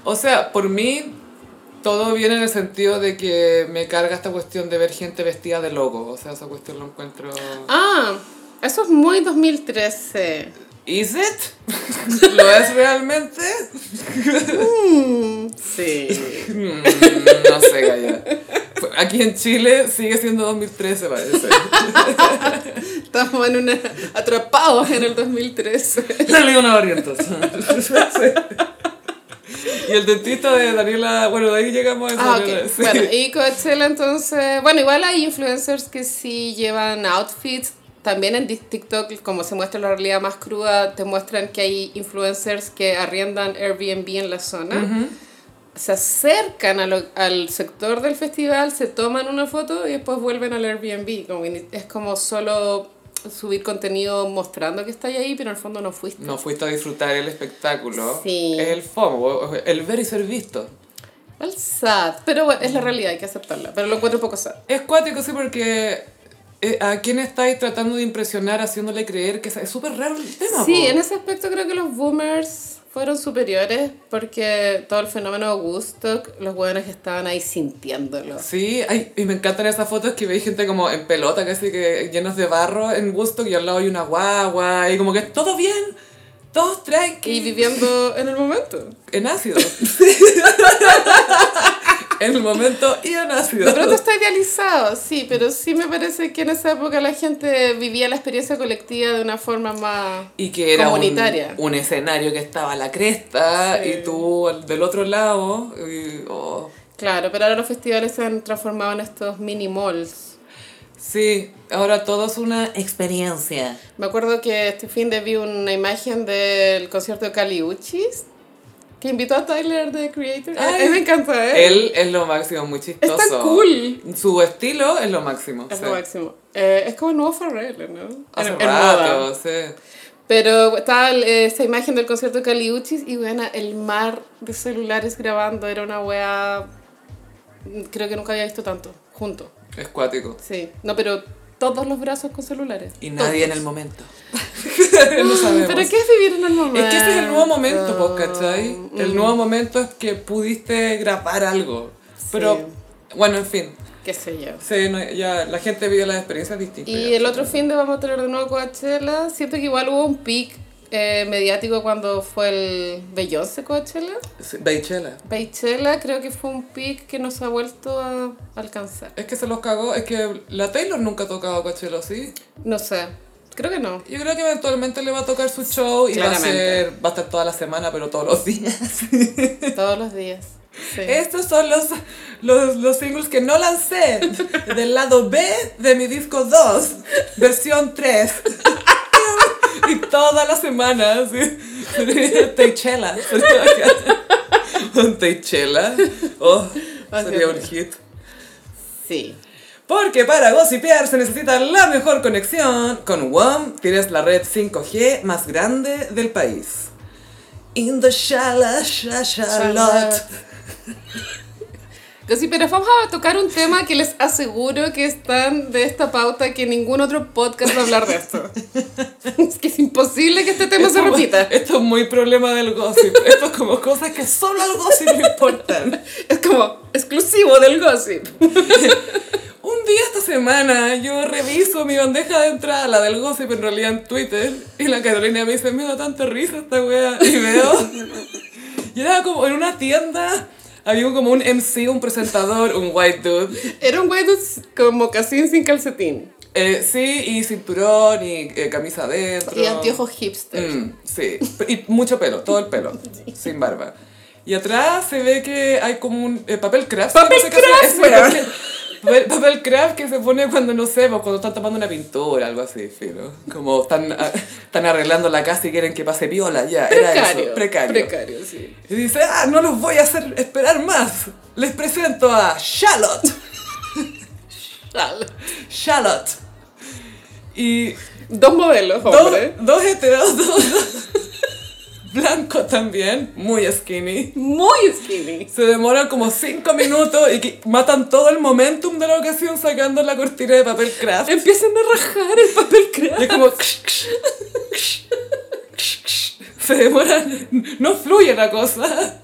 O sea, por mí todo viene en el sentido de que me carga esta cuestión de ver gente vestida de loco. O sea, esa cuestión lo encuentro...
Ah, eso es muy 2013.
¿Is it? ¿Lo es realmente?
Mm, sí.
Mm, no sé, Gaya. Aquí en Chile sigue siendo 2013, parece.
Estamos en una, atrapados en el 2013.
La Leona Barrientos. y el dentista de Daniela, bueno, de ahí llegamos a esa
Ah,
Daniela,
ok.
sí.
Bueno, y Coachella entonces... Bueno, igual hay influencers que sí llevan outfits. También en TikTok, como se muestra la realidad más cruda, te muestran que hay influencers que arriendan Airbnb en la zona. Se acercan a lo- al sector del festival, se toman una foto y después vuelven al Airbnb. Como que es como solo subir contenido mostrando que estáis ahí, pero en el fondo no fuiste.
No fuiste a disfrutar el espectáculo.
Sí.
Es el FOMO, el ver y ser visto.
Al sad, pero bueno, es
Mm.
la realidad, hay que aceptarla. Pero lo encuentro un poco sad.
Es cuático, sí, porque eh, ¿a quién estáis tratando de impresionar haciéndole creer que esa- es súper raro el tema?
Sí,
po?
en ese aspecto creo que los boomers fueron superiores porque todo el fenómeno de Woodstock, los hueones que estaban ahí sintiéndolo.
Sí, ay, y me encantan esas fotos que veis gente como en pelota, casi que llenos de barro en gusto y al lado hay una guagua y como que todo bien, todos tranqui.
Y viviendo en el momento.
En ácido. en el momento y en ácido.
De pronto está idealizado, sí, pero sí me parece que en esa época la gente vivía la experiencia colectiva de una forma más
Y que era un,
comunitaria.
un escenario que estaba a la cresta
Sí.
y tú al- del otro lado. Y, oh,
Claro, pero ahora los festivales se han transformado en estos mini malls.
Sí, ahora todo es una...
Experiencia.
Me acuerdo que este fin de vi una imagen del concierto de Caliuchis que invitó a Tyler the Creator. A
Ay.
él me encanta, ¿eh?
Él es lo máximo, muy chistoso.
Está cool.
Su estilo es lo máximo.
es
sí.
lo máximo. Eh, es como el nuevo Farrell, ¿no?
Hace
En- en moda.
rato, sí.
Pero estaba eh, esa imagen del concierto de Caliuchis y bueno, el mar de celulares grabando era una wea. mm, Creo que nunca había visto tanto. Junto.
Es cuático.
Sí. No, pero todos los brazos con celulares.
Y nadie en
Todos.
el momento. lo sabemos.
Pero ¿qué es vivir en el Mm, momento?
Es que ese es el nuevo momento, po, ¿cachai? El nuevo momento es que pudiste grabar algo. Pero, bueno, en fin.
Qué sé yo.
Sí, no, ya, la gente vive las experiencias distintas.
Y
ya.
el otro fin de vamos a tener de nuevo Coachella. Siento que igual hubo un pic eh, mediático cuando fue el Beyoncé Coachella.
Sí, Beychella.
Coachella creo que fue un pic que nos ha vuelto a alcanzar.
Es que se los cagó. Es que la Taylor nunca ha tocado Coachella, ¿sí?
No sé, creo que no.
Yo creo que eventualmente le va a tocar su show y va a
Claramente.
ser... Va a estar toda la semana, pero todos los días.
Todos los días. Sí.
Estos son los, los, los singles que no lancé del lado B de mi disco 2, versión 3. Y todas las semanas, Teichela. Teichela. Oh, sería un hit.
Sí.
Porque para gossipear se necesita la mejor conexión. Con WOM tienes la red 5G más grande del país. In the shala, sha, shalot.
Que sí, pero vamos a tocar un tema que les aseguro que están de esta pauta que ningún otro podcast va a hablar de esto. es que es imposible que este tema se
Esto-
repita.
Esto es muy problema del gossip. Esto es como cosas que solo al gossip le importan.
Es como exclusivo del gossip.
Un día esta semana yo reviso mi bandeja de entrada, la del gossip en realidad en Twitter, y la Carolina me dice, me da tanta risa esta wea. Y veo... Y era como en una tienda, había como un MC, un presentador, un white dude.
Era un güey con mocasín sin calcetín.
Eh, sí, y cinturón, y eh, camisa adentro.
Y anteojos hipster.
Mm, sí, y mucho pelo, todo el pelo, sin barba. Y atrás se ve que hay como un eh, papel craft.
¡Papel
que
craft,
se-
weón!
papel, papel, papel craft que se pone cuando, no sé, pues, cuando están tapando una pintura, algo así, filo. Como están, ah, están arreglando la casa y quieren que pase viola, ya, era
Precario.
eso, precario.
Precario, sí.
Y dice, ah, no los voy a hacer esperar más. Les presento a Charlotte.
Chal.
Charlotte. Y
Dos modelos,
dos,
hombre.
dos heteros, dos, dos. Blanco también, muy skinny.
Muy skinny.
Se demoran como 5 minutos y que matan todo el momentum de la ocasión sacando la cortina de papel craft.
Empiezan a rajar el papel craft.
Y es como... ksh, ksh, ksh, ksh, ksh. Se demoran... No fluye la cosa.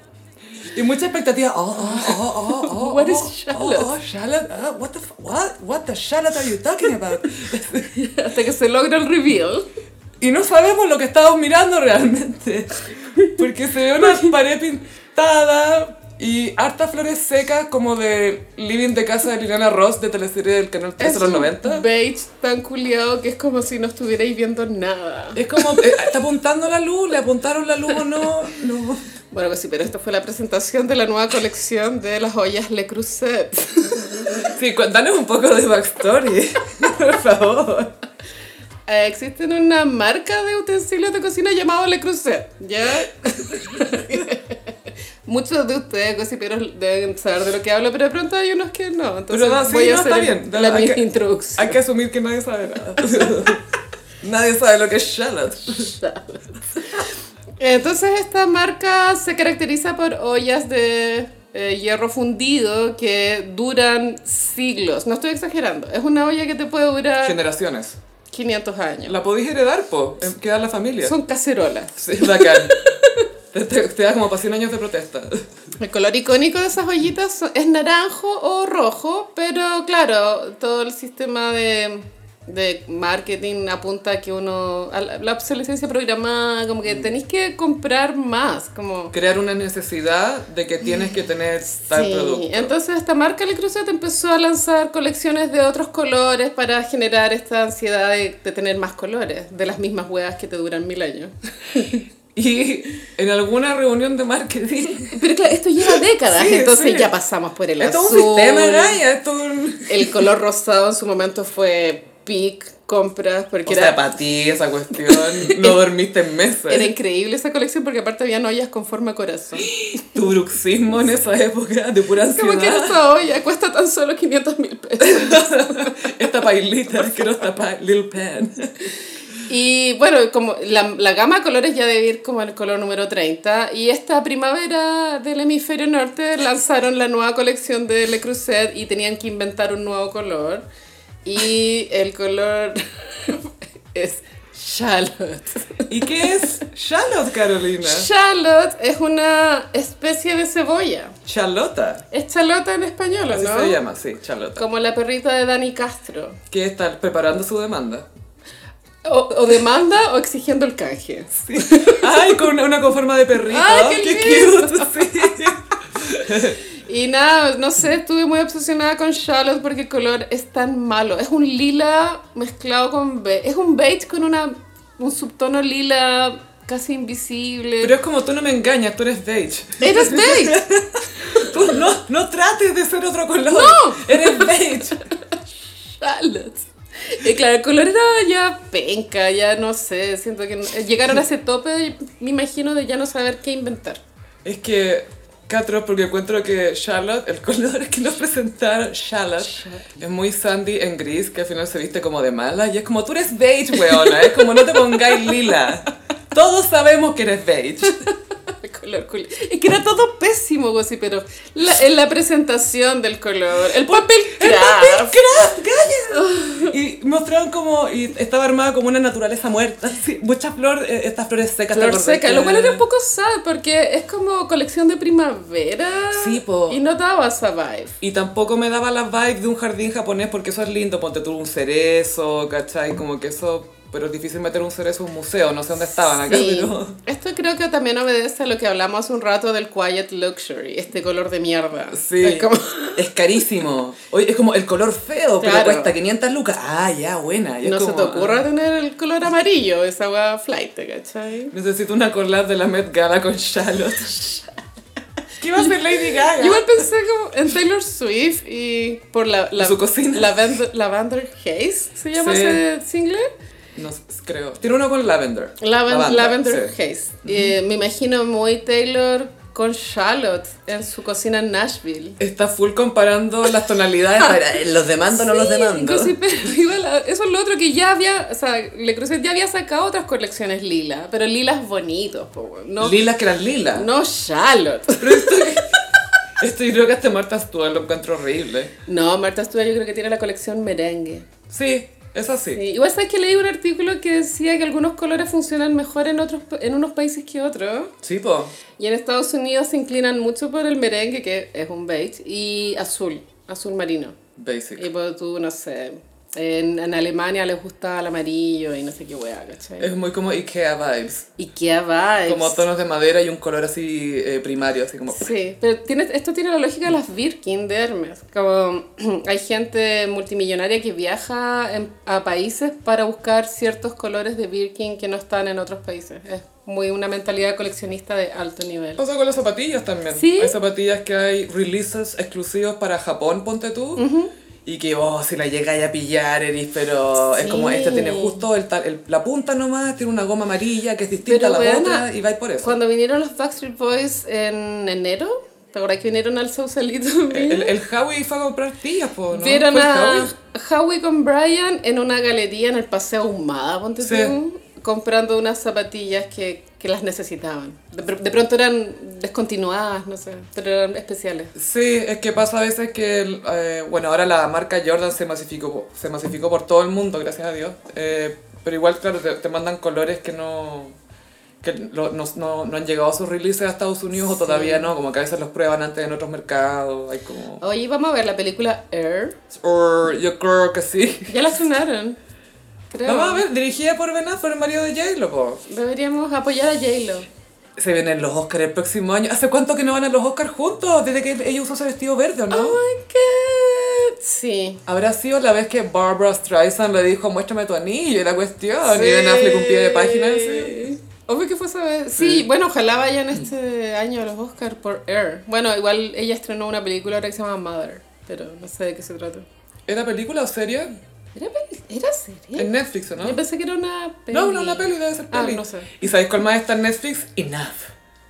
Y mucha expectativa. Oh, oh, oh, oh, oh.
What is
oh,
shallot?
Oh, oh, shallot. ah, what the... f- What? What the shallot are you talking about?
Hasta que se logra el reveal.
Y no sabemos lo que estamos mirando realmente. Porque se ve una pared pintada y hartas flores secas como de Living de Casa de Liliana Ross de teleserie del canal 3 de los
un
90.
beige tan culiado que es como si no estuvierais viendo nada.
Es como, eh, está apuntando la luz, le apuntaron la luz o no. No.
Bueno, pues sí, pero esta fue la presentación de la nueva colección de las joyas Le Creuset.
Sí, cuéntanos un poco de backstory, por favor.
Eh, existe una marca de utensilios de cocina llamado Le Creuset, ¿ya? Muchos de ustedes, gossiperos, deben saber de lo que hablo, pero de pronto hay unos que no. Entonces
Pero no, sí,
voy a
no,
hacer
está bien.
la
Hay
mini
que-
introducción.
Hay que asumir que nadie sabe nada. Nadie sabe lo que es shallot.
Entonces esta marca se caracteriza por ollas de eh, hierro fundido que duran siglos. No estoy exagerando. Es una olla que te puede durar
Generaciones.
500 años.
La podéis heredar, po. eh, Queda en la familia.
Son cacerolas.
Sí, bacán. te, te- te da como para 100 años de protesta.
El color icónico de esas ollitas so- es naranjo o rojo, pero claro, todo el sistema de, de marketing apunta a que uno... a la, la obsolescencia programada, como
Mm.
que tenéis que comprar más, como...
Crear una necesidad de que tienes que tener tal
Sí,
producto.
entonces esta marca Le Creuset empezó a lanzar colecciones de otros colores para generar esta ansiedad de, de tener más colores, de las mismas huevas que te duran mil años.
Y en alguna reunión de marketing,
Pero claro, esto lleva décadas,
Sí,
entonces
sí.
ya pasamos por el
Es todo
azul.
un sistema, Gaia. Es todo un...
El color rosado en su momento fue peak compras
O
porque era,
sea, para ti esa cuestión, no dormiste en meses.
era increíble esa colección porque aparte había ollas con forma de corazón.
Tu bruxismo en esa época de pura
Como que
ansiedad.
esa olla cuesta tan solo 500 mil pesos.
Esta pailita, quiero esta pa Lil Pen.
Y bueno, como la, la gama de colores ya debe ir como el color número 30. Y esta primavera del hemisferio norte lanzaron la nueva colección de Le Creuset y tenían que inventar un nuevo color. Y el color es Charlotte.
¿Y qué es Charlotte, Carolina?
Charlotte es una especie de cebolla.
Charlotta.
Es chalota en español, ¿o
Así
¿no?
se llama, sí, Charlotta.
Como la perrita de Dani Castro.
Que está preparando su demanda.
O, o demanda o exigiendo el canje.
Sí. Ay, con una, una con forma de perrito.
Ay, qué
cute. Sí.
Y nada, no sé, estuve muy obsesionada con Charlotte porque el color es tan malo. Es un lila mezclado con beige. Es un beige con una, un subtono lila casi invisible.
Pero es como tú no me engañas, tú eres beige.
Eres beige.
Tú no, no trates de ser otro color.
No.
Eres beige.
Charlotte. Y claro, el color era ya penca, ya no sé, siento que no- llegaron a ese tope, me imagino, de ya no saber qué inventar.
Es que, Catro, porque encuentro que Charlotte, el color que nos presentaron, Charlotte, es muy sandy en gris, que al final se viste como de mala, y es como, tú eres beige, weona, es como, no te pongáis lila. Todos sabemos que eres beige.
El color culi- Es que era todo pésimo, Gossi, pero la, en la presentación del color, el papel
¡El
craft.
papel craft, calla! Y mostraron como, y estaba armada como una naturaleza muerta, así, mucha flor, eh, estas flores secas. ¿te
Flor
acordás
seca,
que-
lo cual era un poco sad porque es como colección de primavera
Sí, po.
y no daba esa vibe.
Y tampoco me daba la vibe de un jardín japonés porque eso es lindo, ponte tú un cerezo, ¿cachai? Como que eso... Pero es difícil meter un cerezo en un museo, no sé dónde estaban acá,
Sí.
pero...
Esto creo que también obedece a lo que hablamos hace un rato del quiet luxury, este color de mierda.
Sí,
Es como-
es carísimo. Oye, es como el color feo,
Claro.
pero cuesta 500 lucas. Ah, ya, buena. Y es
no se
como,
te ocurra
ah,
tener el color amarillo, esa agua flight, ¿cachai?
necesito una collab de la Met Gala con Charlotte. ¿Qué va a hacer Lady Gaga?
Yo igual pensé como en Taylor Swift y por la, la
Su cocina.
Lavender, Lavender Haze, ¿se llama
Sí.
ese single?
No sé, creo. Tiene uno con Lavender.
Laven-
Lavanda,
Lavender
sí.
Haze. Eh, me imagino muy Taylor con Charlotte en su cocina en Nashville.
Está full comparando las tonalidades para...
Eh,
¿Los demando o no los demando?
Inclusive, igual, eso es lo otro que ya había, o sea, Le Creuset ya había sacado otras colecciones lila, pero lilas bonitos, po, weón. no,
Lilas que eran lilas.
no Charlotte.
Esto Este, yo creo que hasta Marta Stewart lo encuentro horrible.
No, Marta Stewart yo creo que tiene la colección merengue.
Sí, es así.
Sí, Eh, Igual sabes que leí un artículo que decía que algunos colores funcionan mejor en, otros, pa- en unos países que otros.
Sí, po.
Y en Estados Unidos se inclinan mucho por el merengue, que es un beige, y azul, azul marino.
Basic.
Y pues tú, no sé, en, en Alemania les gusta el amarillo y no sé qué weá, ¿cachai?
Es muy como Ikea vibes.
¿Y qué vibes?
Como tonos de madera y un color así eh, primario, así como...
Sí, pero tiene, esto tiene la lógica de las Birkin de Hermes. Como hay gente multimillonaria que viaja en- a países para buscar ciertos colores de Birkin que no están en otros países. Es muy una mentalidad coleccionista de alto nivel.
Pasa con las zapatillas también.
Sí.
Hay zapatillas que hay releases exclusivos para Japón, ponte tú. Y que, oh, si la llegáis a pillar, eres, pero es
Sí.
como, este tiene justo el, tal- el- la punta nomás, tiene una goma amarilla que es distinta
Pero,
a la
weona,
otra y vais por eso.
Cuando vinieron los Backstreet Boys en enero, ¿te acordás que vinieron al Sausalito?
Eh, El, el Howie fue a comprar tías, po, ¿no?
Vieron
¿Fue el
a
Howie?
Howie con Brian en una galería en el Paseo Humada, ponte
Sí.
tú, comprando unas zapatillas que, que las necesitaban. De, pr- de pronto eran descontinuadas, no sé, pero eran especiales.
Sí, es que pasa a veces que, el, eh, bueno, ahora la marca Jordan se masificó, se masificó por todo el mundo, gracias a Dios. Eh, pero igual, claro, te, te mandan colores que no que lo- no, no- no han llegado a sus releases a Estados Unidos o todavía no, como que a veces los prueban antes en otros mercados, hay como...
Oye, vamos a ver la película Air.
Or, yo creo que sí.
Ya la sonaron, creo.
Vamos a ver, dirigida por Ben Affleck, el marido de J-Lo, po.
Deberíamos apoyar a J-Lo.
Se vienen los Oscars el próximo año. ¿Hace cuánto que no van a los Oscars juntos? Desde que ella usó ese vestido verde, ¿o no?
Oh my god. Sí.
Habrá sido la vez que Barbara Streisand le dijo, muéstrame tu anillo, y la cuestión.
Sí.
Y Ben Affleck un pie de página. Sí.
Obvio que fue esa vez. Sí, bueno, ojalá vayan este año a los Oscars por Air. Bueno, igual ella estrenó una película ahora que se llama Mother, pero no sé de qué se trata.
¿Era película o serie?
¿Era, peli- era serie?
En Netflix, ¿o no?
Yo pensé que era una peli.
No, no, la peli debe ser
Ah,
peli.
no sé.
¿Y sabéis cuál más está en Netflix? Enough.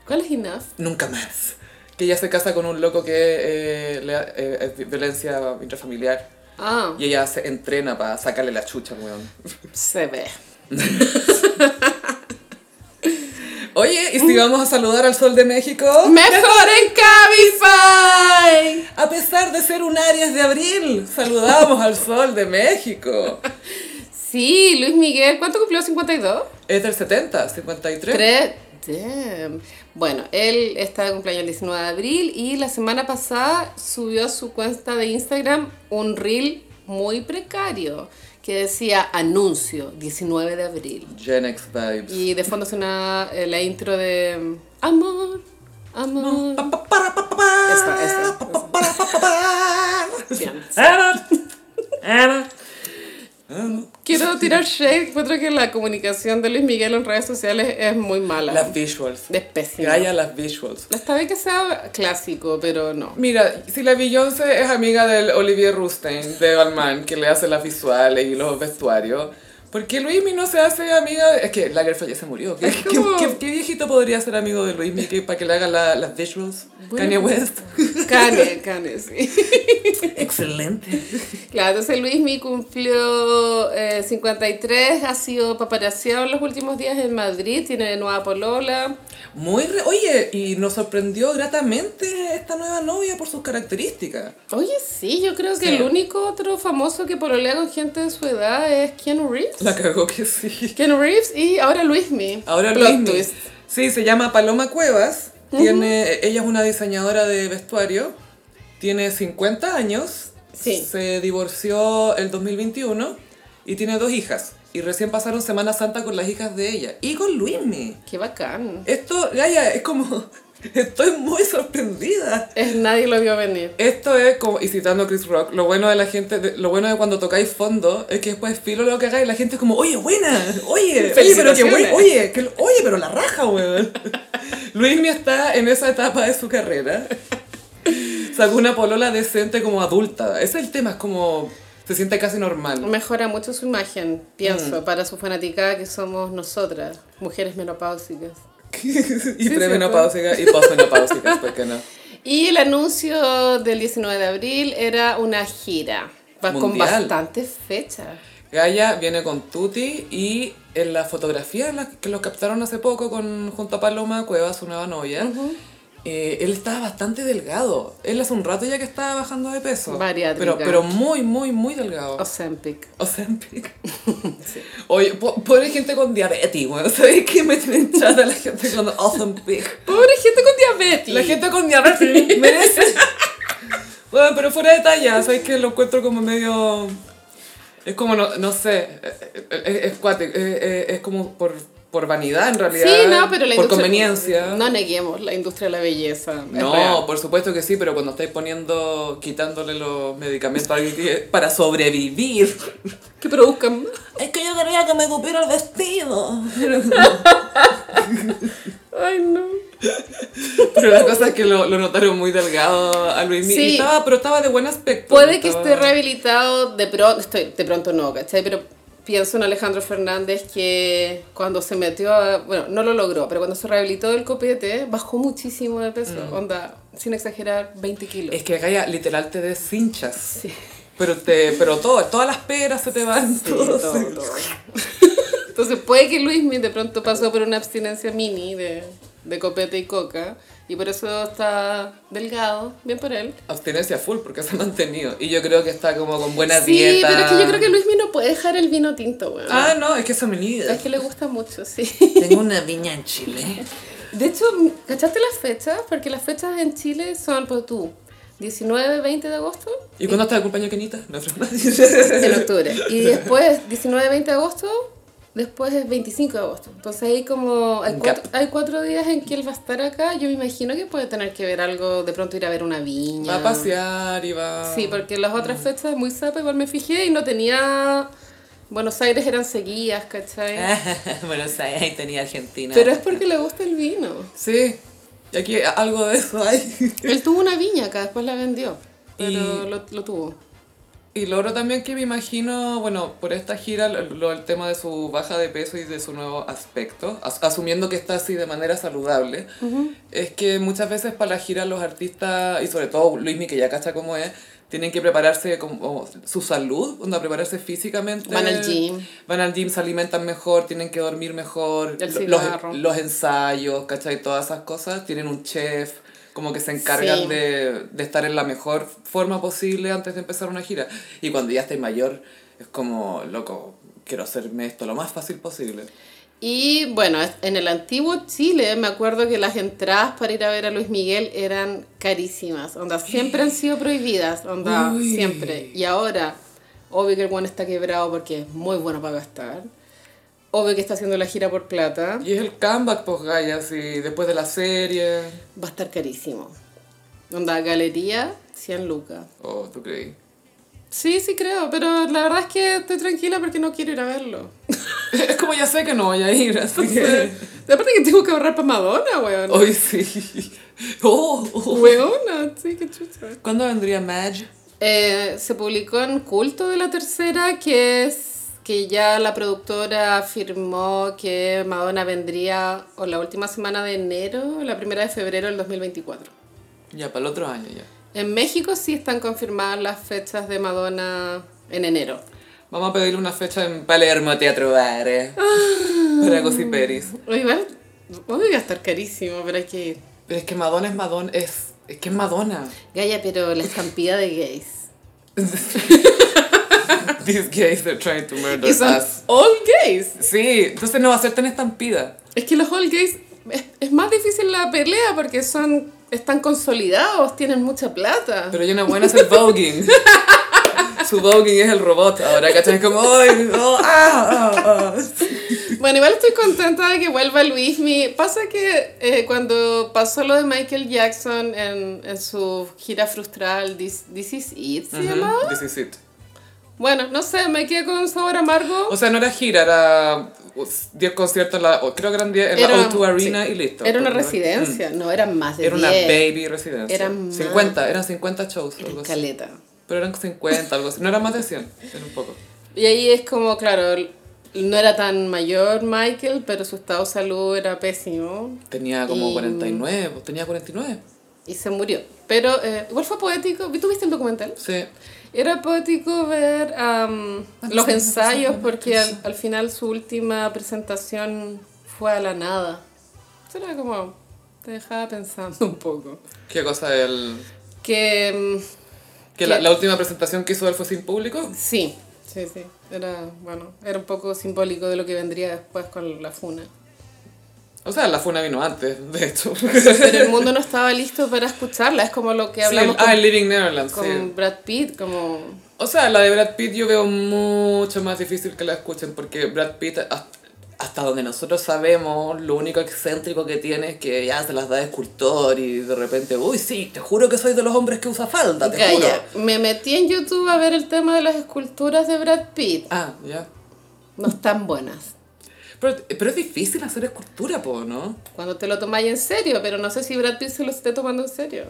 ¿Cuál es Enough?
Nunca más. Que ella se casa con un loco que eh, le ha- eh, es vi- violencia intrafamiliar.
Ah,
Y ella se entrena para sacarle la chucha, weón.
se ve.
Oye, y
Mm.
si vamos a saludar al Sol de México.
¡Mejor en Cabify!
A pesar de ser un Aries de abril, saludamos al Sol de México.
Sí, Luis Miguel, ¿cuánto cumplió? ¿52?
Es del 70, 53.
Tres. Damn. Bueno, él está de cumpleaños el 19 de abril y la semana pasada subió a su cuenta de Instagram un reel muy precario que decía anuncio 19 de abril.
Gen X vibes.
Y de fondo suena eh, la intro de mm, Amor, amor. Esa, esa, esa. Bien. Quiero tirar shade, encuentro que la comunicación de Luis Miguel en redes sociales es muy mala.
Las visuals.
es pésima.
Gaya las visuals.
Está bien que sea clásico, pero no.
Mira, si la Beyoncé es amiga del Olivier Rustein, de Balmain, que le hace las visuales y los vestuarios, ¿por qué Luismi no se hace amiga? de- Es que Lagerfeld ya se murió. ¿Qué,
Es
qué-
como-
qué- qué viejito podría ser amigo de Luismi que- para que le haga la- las visuals?
Bueno.
Kanye West.
Cane, cane, sí.
Excelente.
Claro, entonces Luismi cumplió eh, 53, ha sido paparazziado en los últimos días en Madrid, tiene nueva polola.
Muy re- Oye, y nos sorprendió gratamente esta nueva novia por sus características.
Oye, sí, yo creo que
Sí.
el único otro famoso que pololea con gente de su edad es Keanu Reeves.
La cagó que sí.
Keanu Reeves y ahora Luismi.
Ahora
Plot
Luismi.
twist.
Sí, se llama Paloma Cuevas. Tiene, ella es una diseñadora de vestuario. Tiene 50 años.
Sí.
Se divorció el 2021 y tiene dos hijas. Y recién pasaron Semana Santa con las hijas de ella y con Luismi.
Qué bacán.
Esto, Gaya, es como. Estoy muy sorprendida.
Es, nadie lo vio venir.
Esto es como, y citando a Chris Rock, lo bueno de la gente, de- lo bueno de cuando tocáis fondo es que después filo lo que hagáis, la gente es como, oye, buena, oye, oye, pero que
Felicitaciones.
buen- oye, que- oye, pero la raja, weón. Luismi está en esa etapa de su carrera. Sacó una polola decente como adulta. Ese es el tema, es como, se siente casi normal.
Mejora mucho su imagen, pienso, para su fanaticada que somos nosotras, mujeres menopáusicas.
y
sí,
premenopáusica y posmenopáusica, ¿por qué no?
Y el anuncio del 19 de abril era una gira, va- con
Mundial.
bastantes fechas.
Gaia viene con Tuti y en la fotografía en la que los captaron hace poco con, junto a Paloma Cuevas, su nueva novia, eh, él estaba bastante delgado. Él hace un rato ya que estaba bajando de peso.
Bariátrica.
Pero, pero muy, muy, muy delgado.
Ozempic.
Ozempic. Oye, po- pobre gente con diabetes, weón. ¿Sabéis que me tienen chata la gente con Ozempic?
Pobre gente con diabetes.
La gente con diabetes merece. Bueno, pero fuera de talla, ¿sabes que Lo encuentro como medio. Es como, no, no sé, eh, eh, es, es cuático, eh, eh, es como por, por vanidad en realidad.
Sí, no, pero la industria...
Por conveniencia.
No neguemos la industria de la belleza. es
No,
real.
por supuesto que sí, pero cuando estáis poniendo, quitándole los medicamentos a alguien que- para sobrevivir.
Que produzcan más.
Es que yo quería que me cupiera el vestido.
Ay, no.
Pero la cosa es que lo, lo notaron muy delgado a Luis
Sí.
estaba, pero estaba de buen aspecto.
Puede que
estaba-
esté rehabilitado de pronto, estoy, de pronto no, ¿cachai? Pero pienso en Alejandro Fernández que cuando se metió a, bueno, no lo logró, pero cuando se rehabilitó del copete, bajó muchísimo de peso,
Mm.
onda, sin exagerar, 20 kilos.
Es que Gaia literal te deshinchas.
Sí.
Pero, te, pero todo, todas las peras se te van.
Sí,
todo,
todo,
sí.
todo. Entonces puede que Luismi de pronto pasó por una abstinencia mini de, de copete y coca y por eso está delgado, bien por él.
Abstinencia full porque se ha mantenido. Y yo creo que está como con buena
sí,
dieta.
pero es que yo creo que Luismi no puede dejar el vino tinto, weón.
Ah, no, es que eso me liga.
Es que le gusta mucho, sí.
Tengo una viña en Chile.
De hecho, ¿cachaste las fechas? Porque las fechas en Chile son, pues tú, 19, 20 de agosto
¿Y cuándo está el cumpleaños Kenita? No,
en octubre. Y después, 19, 20 de agosto, después es 25 de agosto. Entonces hay como, hay
Un
cuatro, hay cuatro días en que él va a estar acá. Yo me imagino que puede tener que ver algo, de pronto ir a ver una viña.
Va a pasear Ah. y va.
Sí, porque las otras fechas muy sapa igual me fijé y no tenía Buenos Aires eran seguidas,
Ah,
¿cachai?
Buenos Aires, ahí tenía Argentina.
Pero es porque le gusta el vino.
Sí, y aquí a- algo de eso hay.
Él tuvo una viña acá, después la vendió. Pero
Y-
lo, lo tuvo.
Y lo otro también que me imagino, bueno, por esta gira, lo, lo- el tema de su baja de peso y de su nuevo aspecto, as- asumiendo que está así de manera saludable, es que muchas veces para la gira los artistas, y sobre todo Luismi, que ya cacha cómo es, tienen que prepararse como su salud, onda, prepararse físicamente.
Van al gym.
Van al gym, se alimentan mejor, tienen que dormir mejor.
El
lo- los,
cigarro.
los ensayos, ¿cachai? Todas esas cosas. Tienen un chef, como que se encargan
Sí.
de de, de estar en la mejor forma posible antes de empezar una gira. Y cuando ya estés mayor, es como, loco, quiero hacerme esto lo más fácil posible.
Y bueno, en el antiguo Chile me acuerdo que las entradas para ir a ver a Luis Miguel eran carísimas. Onda, siempre han sido prohibidas. Onda,
Uy.
siempre. Y ahora, obvio que el Juan está quebrado porque es muy bueno para gastar. Obvio que está haciendo la gira por plata.
Y es el comeback, pues, Gaia, así, después de la serie.
Va a estar carísimo. Onda, galería, 100 lucas.
Oh, ¿tú creí?
Sí, sí creo, pero la verdad es que estoy tranquila porque no quiero ir a verlo.
es como ya sé que no voy a ir, así que...
Aparte que tengo que ahorrar para Madonna, weón.
Hoy sí. Oh, oh.
Weona, sí, qué chucha.
¿Cuándo vendría Madge?
Eh, se publicó en Culto de la Tercera que es que ya la productora afirmó que Madonna vendría o la última semana de enero o la primera de febrero del 2024.
Ya, para el otro año ya.
En México sí están confirmadas las fechas de Madonna en enero.
Vamos a pedirle una fecha en Palermo Teatro Bare.
Ah.
Para Gossiperis.
Oh, Igual, obvio que va a estar carísimo, pero hay que ir.
Pero es que Madonna es Madonna, es... Es que es Madonna.
Gaya, pero la estampida de gays.
These gays are trying to murder
Y son
us.
all gays.
Sí, entonces no va a ser tan estampida.
Es que los all gays es, es más difícil la pelea porque son están consolidados, tienen mucha plata.
Pero yo no buena es el voguing. Su voguing es el robot ahora, ¿cachai? Es como, ¡ay! oh, ah, ah, ah".
Bueno, igual estoy contenta de que vuelva Luismi. Pasa que eh, cuando pasó lo de Michael Jackson en, en su gira frustral, This, This Is It, ¿se llamaba?
Ujú, This is it.
Bueno, no sé, me quedé con un sabor amargo.
O sea, no era gira, era 10 conciertos, en la, o creo que eran 10 en la O2 Arena
sí,
y listo.
Era una
Porque-
residencia, no, eran más
Mm.
de
Era una
10.
baby residencia.
Eran más.
50, eran 50 shows.
Era
algo así.
caleta.
Pero eran 50, algo así. No eran más de 100, era un poco.
Y ahí es como, claro, l- no era tan mayor Michael, pero su estado de salud era pésimo
Tenía como
Y-
49, pues, tenía 49.
y se murió. Pero eh, igual fue poético. ¿Tú viste el documental?
Sí.
Era poético ver am, los ensayos porque al, al final su última presentación fue a la nada. Eso era como, te dejaba pensando un poco.
¿Qué cosa el...?
Que mm,
Que la,
¿Qué?
la última presentación que hizo él fue sin público.
sí, sí, sí. Era, bueno, era un poco simbólico de lo que vendría después con la funa.
O sea, la funa vino antes, de hecho.
Pero el mundo no estaba listo para escucharla. Es como lo que
Sí, el-
hablamos
ah, el
con,
Living Neverland,
con
sí.
Brad Pitt, como...
O sea, la de Brad Pitt yo veo mucho más difícil que la escuchen porque Brad Pitt, hasta, hasta donde nosotros sabemos, lo único excéntrico que tiene es que ya se las da de escultor y de repente, uy, sí, te juro que soy de los hombres que usa falda, te
Calla,
juro.
me metí en YouTube a ver el tema de las esculturas de Brad Pitt.
Ah, ya.
No están buenas.
Pero, pero es difícil hacer escultura, po, ¿no?
Cuando te lo tomáis en serio, pero no sé si Brad Pitt se lo esté tomando en serio.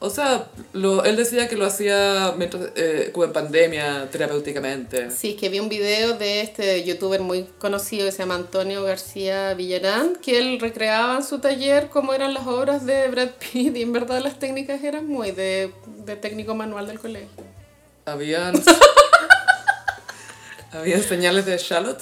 O sea, lo, él decía que lo hacía mientras, eh, como en pandemia, terapéuticamente.
Sí, es que vi un video de este youtuber muy conocido que se llama Antonio García Villarán, que él recreaba en su taller cómo eran las obras de Brad Pitt y en verdad las técnicas eran muy de, de técnico manual del colegio.
Habían. Habían señales de Charlotte.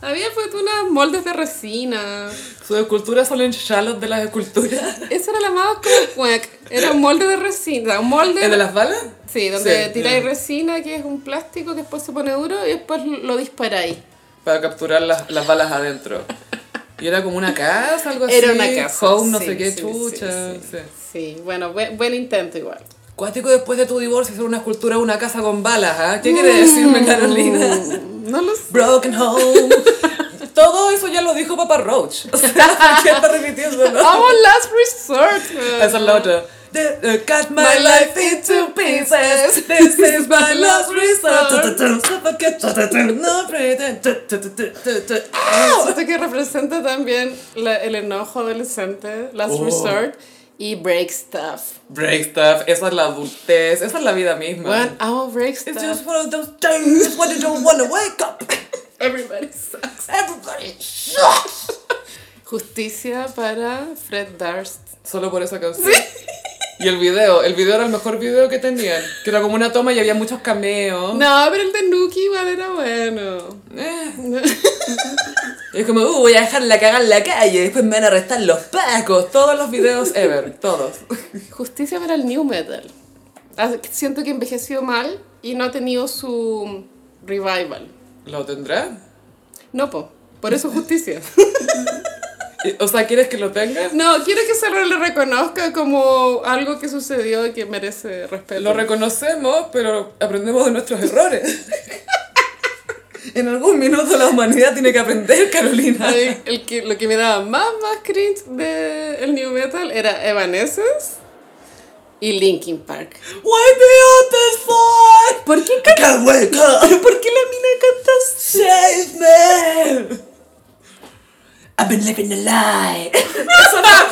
Había pues unas moldes de resina.
Su escultura solo en Charlotte de las esculturas.
Esa era la más como cuec. Era un molde de resina, un molde...
¿El de las balas?
Sí, donde
Sí,
tiráis
ya.
resina, que es un plástico que después se pone duro y después lo disparáis.
Para capturar las, las balas adentro. Y era como una casa, algo así.
Era una casa.
Home, no
sí,
sé qué,
sí,
chucha.
Sí, sí.
sí.
Sí, bueno, buen, buen intento igual.
Cuático después de tu divorcio hacer una escultura de una casa con balas, ¿ah? ¿Qué quiere
Mm.
decirme, Carolina?
No lo sé.
Broken home. Todo eso ya lo dijo Papa Roach. O sea, ¿por ¿qué está repitiéndolo?
Vamos, last resort.
Esa es la otra. that uh, cut my life into pieces. This is my last resort. No pretend.
Siento que representa también la- el enojo adolescente, Last
Oh. Ah.
Resort y Break Stuff.
Break stuff. Esa es la adultez. Esa es la vida misma.
Bueno, amo Break
It's
Stuff.
just one of those days when you don't want to wake up.
Everybody sucks.
Everybody sucks.
Justicia para Fred Durst.
Solo por esa canción. Y el video. El video era el mejor video que tenían. Que era como una toma y había muchos cameos. Eh.
No, pero el de Nuki igual era bueno.
Es como, uh, voy a dejarla cagar en la calle. Después me van a arrestar los pacos. Todos los videos ever. Todos.
Justicia para el New Metal. Ah, Siento que envejeció mal y no ha tenido su revival.
¿Lo tendrá?
No, po. Por eso justicia.
Y- O sea, ¿quieres que lo tenga?
No, quiero que se le reconozca como algo que sucedió y que merece respeto.
Lo reconocemos, pero aprendemos de nuestros errores. En algún minuto la humanidad tiene que aprender, Carolina.
Ay, el que, lo que me daba más, más cringe del el New Metal era Evanescence y Linkin Park.
Why be on this floor?
¿Por qué
I can't wake up.
¿Por qué la mina canta así?
Save me. I've been living a lie.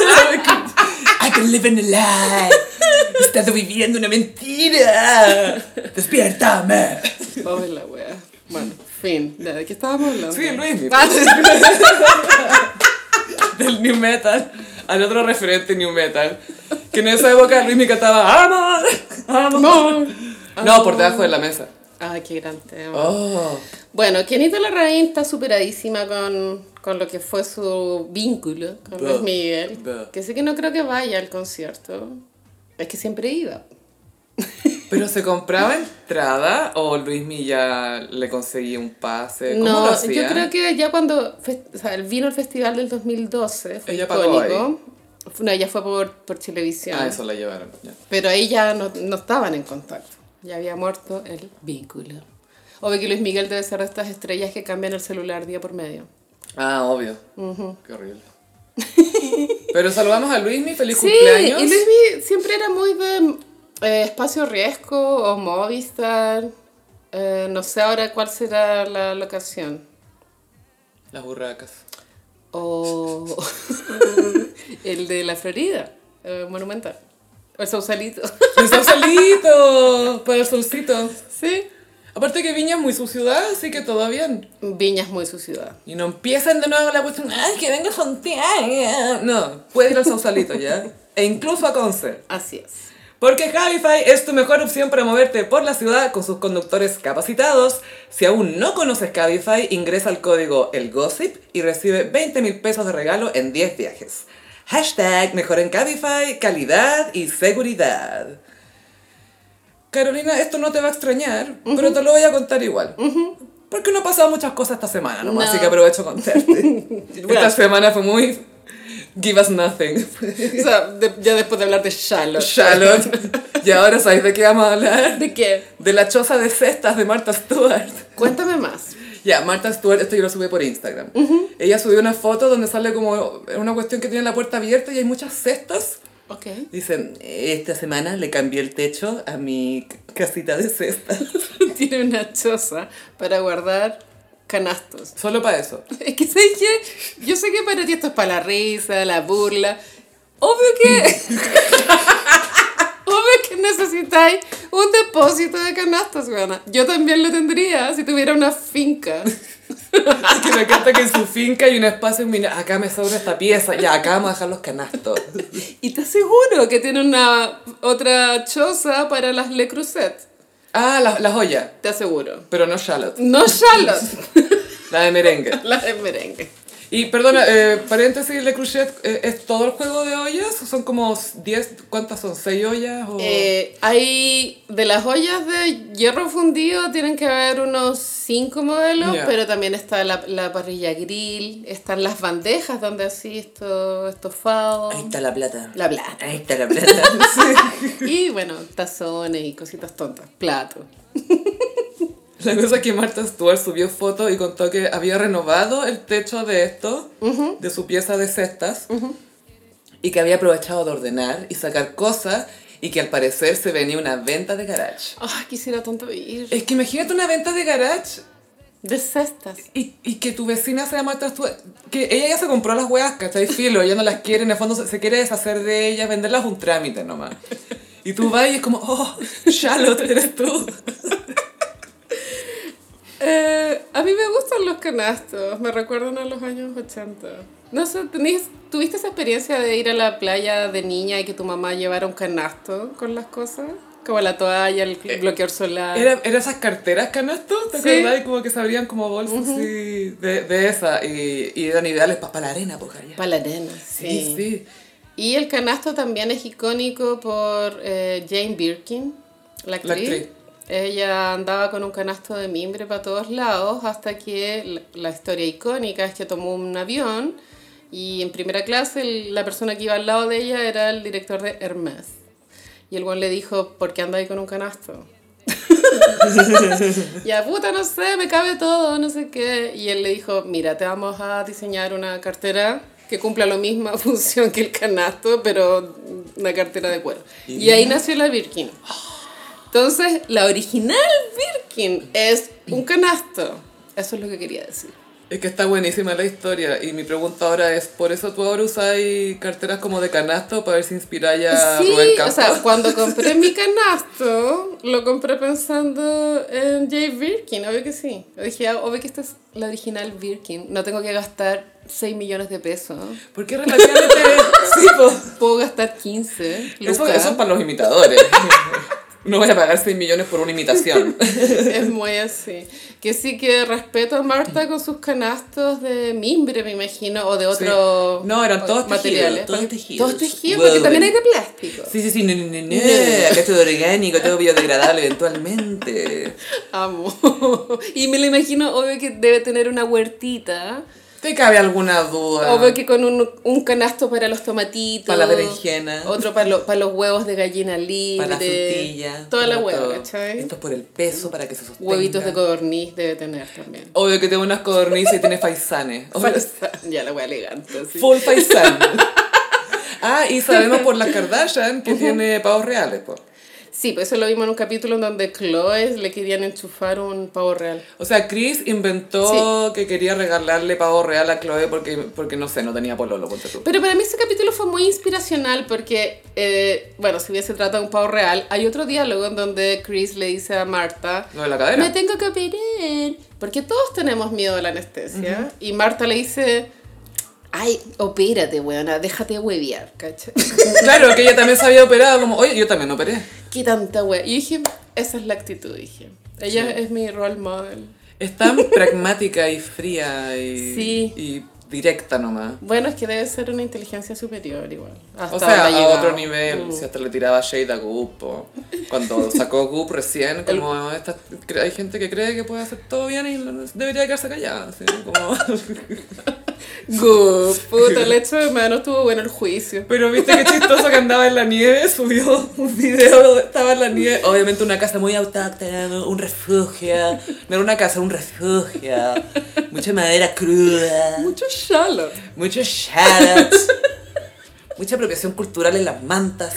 I've been living a lie. He estado viviendo una mentira. Despiértame.
Pobre la wea. Bueno, fin. ¿De qué estábamos hablando?
Sí, Luis. mi-
Ah, sí.
Del New Metal. Al otro referente New Metal. Que en esa época Luis me cantaba ¡Amor!
Amor.
No, por debajo de la mesa.
Ay, Ah, qué gran tema.
Oh.
Bueno, Kenita Larraín está superadísima con, con lo que fue su vínculo con
Duh.
Luis Miguel.
Duh.
Que sé que no creo que vaya al concierto. Es que siempre iba.
¿Pero se compraba entrada o Luismi ya le conseguía un pase? Eh, ¿Cómo lo
No,
hacía?
yo creo que ya cuando fe- o sea, vino el festival del 2012, fue
Ella pagó
icónico. No, ella fue por, por televisión.
Ah, eso la llevaron. ya.
Pero ahí ya no, no estaban en contacto. Ya había muerto el vínculo. Obvio que Luis Miguel debe ser de estas estrellas que cambian el celular día por medio.
Ah, obvio. Qué horrible. Pero saludamos a Luismi, feliz
Sí,
cumpleaños.
y Luismi siempre era muy de eh, Espacio Riesgo o Movistar. Eh, no sé ahora cuál será la locación.
Las burracas.
O el de la Florida, eh, Monumental. O el Sausalito.
¡El solcito! Para el solcito.
sí.
Aparte que Viña es muy su ciudad, así que todo bien.
Viña es muy su ciudad.
Y no empiezan de nuevo la cuestión, ¡ay, que venga Santiago! No, puedes ir al Sausalito ya. E incluso a Concert.
Así es.
Porque Cabify es tu mejor opción para moverte por la ciudad con sus conductores capacitados. Si aún no conoces Cabify, ingresa el código ELGOSIP y recibe 20 mil pesos de regalo en 10 viajes. Hashtag mejor en Cabify, calidad y seguridad. Carolina, esto no te va a extrañar, pero te lo voy a contar igual. Porque no han pasado muchas cosas esta semana, nomás,
No.
así que aprovecho a contarte. esta semana fue muy... Give us nothing.
O sea, de- ya después de hablar de Charlotte.
Charlotte. Y ahora sabéis de qué vamos a hablar.
¿De qué?
De la choza de cestas de Martha Stewart.
Cuéntame más.
Ya, Martha Stewart, esto yo lo subí por Instagram. Ella subió una foto donde sale como una cuestión que tiene la puerta abierta y hay muchas cestas.
Ok.
Dicen, esta semana le cambié el techo a mi c- casita de cestas.
Tiene una choza para guardar canastos.
Solo para eso.
Es que sé que yo sé que para ti esto es para la risa, la burla. Obvio que. Obvio que necesitáis un depósito de canastas, weona. Yo también lo tendría si tuviera una finca.
Es que me encanta que en su finca hay un espacio, mira, acá me sobra esta pieza, ya, acá vamos a dejar los canastos.
Y te aseguro que tiene una otra choza para las Le Creuset.
Ah, las las ollas,
Te aseguro.
pero no Charlotte,
No Charlotte,
la de merengue.
la de merengue.
Y perdona, eh, paréntesis, Le Creuset, eh, ¿es todo el juego de ollas? ¿Son como 10, cuántas son? ¿6 ollas? O...
Eh, hay de las ollas de hierro fundido, tienen que haber unos cinco modelos,
Ya.
pero también está la, la parrilla grill, están las bandejas donde así esto, estofado,
Ahí está la plata.
la plata.
Ahí está la plata.
Y bueno, tazones y cositas tontas, plato.
La cosa es que Martha Stewart subió fotos y contó que había renovado el techo de esto, de su pieza de cestas, y que había aprovechado de ordenar y sacar cosas y que al parecer se venía una venta de garage.
Ay, quisiera tanto ir.
Es que imagínate una venta de garage
De cestas.
y, y que tu vecina sea más tras tu... Que ella ya se compró las huevas, ¿cachai? Filo, ella no las quiere, en el fondo se, se quiere deshacer de ellas, venderlas es un trámite nomás. Y tú vas y es como, oh, Charlotte, eres tú.
Eh, a mí me gustan los canastos, me recuerdan a los años 80. No sé, ¿tenís- ¿tuviste esa experiencia de ir a la playa de niña y que tu mamá llevara un canasto con las cosas? Como la toalla, el bloqueador solar.
Eh, Era, era esas carteras canastos, ¿te
Ah. Sí.
acordás? Y como que se abrían como bolsas sí, de, de esa. Y, y eran ideales para la arena, pues, allá.
Para la arena,
Sí, sí.
Y el canasto también es icónico por eh, Jane Birkin, la actriz.
La actriz.
Ella andaba con un canasto de mimbre para todos lados hasta que la, la historia icónica es que tomó un avión y en primera clase el- la persona que iba al lado de ella era el director de Hermes. Y el buen le dijo, ¿por qué anda ahí con un canasto? Y a puta, no sé, me cabe todo, no sé qué. Y él le dijo, mira, te vamos a diseñar una cartera que cumpla la misma función que el canasto, pero una cartera de cuero. Y ahí nació la Birkin. Entonces, la original Birkin es un canasto. Eso es lo que quería decir.
Es que está buenísima la historia. Y mi pregunta ahora es, ¿por eso tú ahora usáis carteras como de canasto para ver si inspiráis a
Sí,
Rubén
o
Campos?
sea, cuando compré mi canasto, lo compré pensando en Jay Birkin, obvio que sí. Yo Dije, ah, obvio que esta es la original Birkin, no tengo que gastar 6 millones de pesos.
¿Por qué relativamente... sí, po.
Puedo gastar 15.
Eso,
lucas.
eso es para los imitadores. No voy a pagar 6 millones por una imitación.
es muy así. Que sí que respeto a Marta con sus canastos de mimbre, me imagino, o de otro
Sí. No, eran todos
materiales.
tejidos,
todos tejidos.
Todos tejidos, porque
Woven.
también hay de plástico.
Sí, sí, sí, no, no, no, no. Acá es todo orgánico, todo biodegradable eventualmente.
Amo. Y me lo imagino, obvio que debe tener una huertita.
¿Te cabe alguna duda?
Obvio que con un, un canasto para los tomatitos.
Ah. Para la berenjena.
Otro para, lo- para los huevos de gallina libre.
Para la frutilla.
Toda la
para
hueva,
todo.
¿cachai?
Esto es por el peso para que se sostenga.
Huevitos de codorniz debe tener también.
Obvio que tengo unas codornices y tiene faisanes. Obvio-
Ya la hueá elegante, sí.
Full faisán. ah, y sabemos por las Kardashian que tiene pavos reales, po.
Sí, pues eso lo vimos en un capítulo en donde Chloe le querían enchufar un pavo real.
O sea, Chris inventó que quería regalarle pavo real a Chloe porque, porque no sé, no tenía pololo, ponte tú.
Pero para mí ese capítulo fue muy inspiracional porque, eh, bueno, si bien se trata de un pavo real, hay otro diálogo en donde Chris le dice a Marta,
Lo de la cadera.
me tengo que operar, porque todos tenemos miedo a la anestesia. Y Marta le dice, ay, opérate, weona, déjate hueviar, ¿cachai?
Claro, que ella también se había operado, como, oye, yo también operé.
Qué tanta wea. Y dije, esa es la actitud, dije. Ella es mi role model.
Es tan pragmática y fría y,
Sí.
y directa nomás.
Bueno, es que debe ser una inteligencia superior igual. Hasta
O sea,
donde ha
a otro
llegado.
nivel,
Mm.
si hasta le tiraba shade a Goop, po. cuando sacó Goop recién, como esta- cre- hay gente que cree que puede hacer todo bien y lo- debería quedarse callada, así, como...
Good. Puta, el hecho de mano estuvo bueno el juicio.
Pero viste qué chistoso que andaba en la nieve, subió un video donde estaba en la nieve. Obviamente una casa muy autóctona, ¿no? un refugio. No era una casa, un refugio.
Mucha madera cruda.
Mucho shallow.
Muchos shoutouts. Mucha apropiación cultural en las mantas.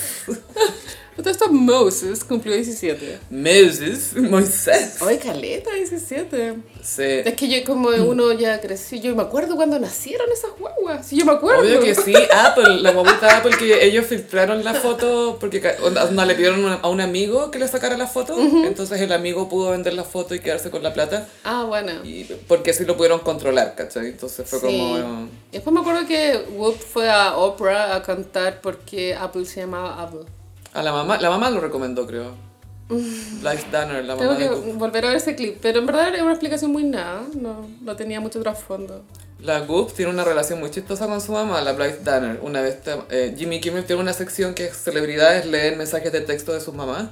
Todo esto Moses cumplió 17.
Moses, Moisés.
Hoy caleta, 17.
Sí.
Es que yo como uno ya creció, yo me acuerdo cuando nacieron esas guaguas. Sí, yo me acuerdo.
Obvio que sí, Apple, la guaguita Apple, que ellos filtraron la foto porque ca- onda, onda, le pidieron una- a un amigo que le sacara la foto, entonces el amigo pudo vender la foto y quedarse con la plata,
Ah, bueno.
y, porque así lo pudieron controlar, ¿cachai? Entonces fue
Sí.
como... eh,
Después me acuerdo que Whoop fue a Oprah a cantar porque Apple se llamaba Apple.
A la mamá, la mamá lo recomendó, creo. Life Danner, la
Tengo
mamá
que
de Goop.
volver a ver ese clip, pero en verdad era una explicación muy nada, no, no tenía mucho trasfondo.
La Goop tiene una relación muy chistosa con su mamá, la Blythe Danner. Una vez te- eh, Jimmy Kimmel tiene una sección que es celebridades leen mensajes de texto de sus mamás.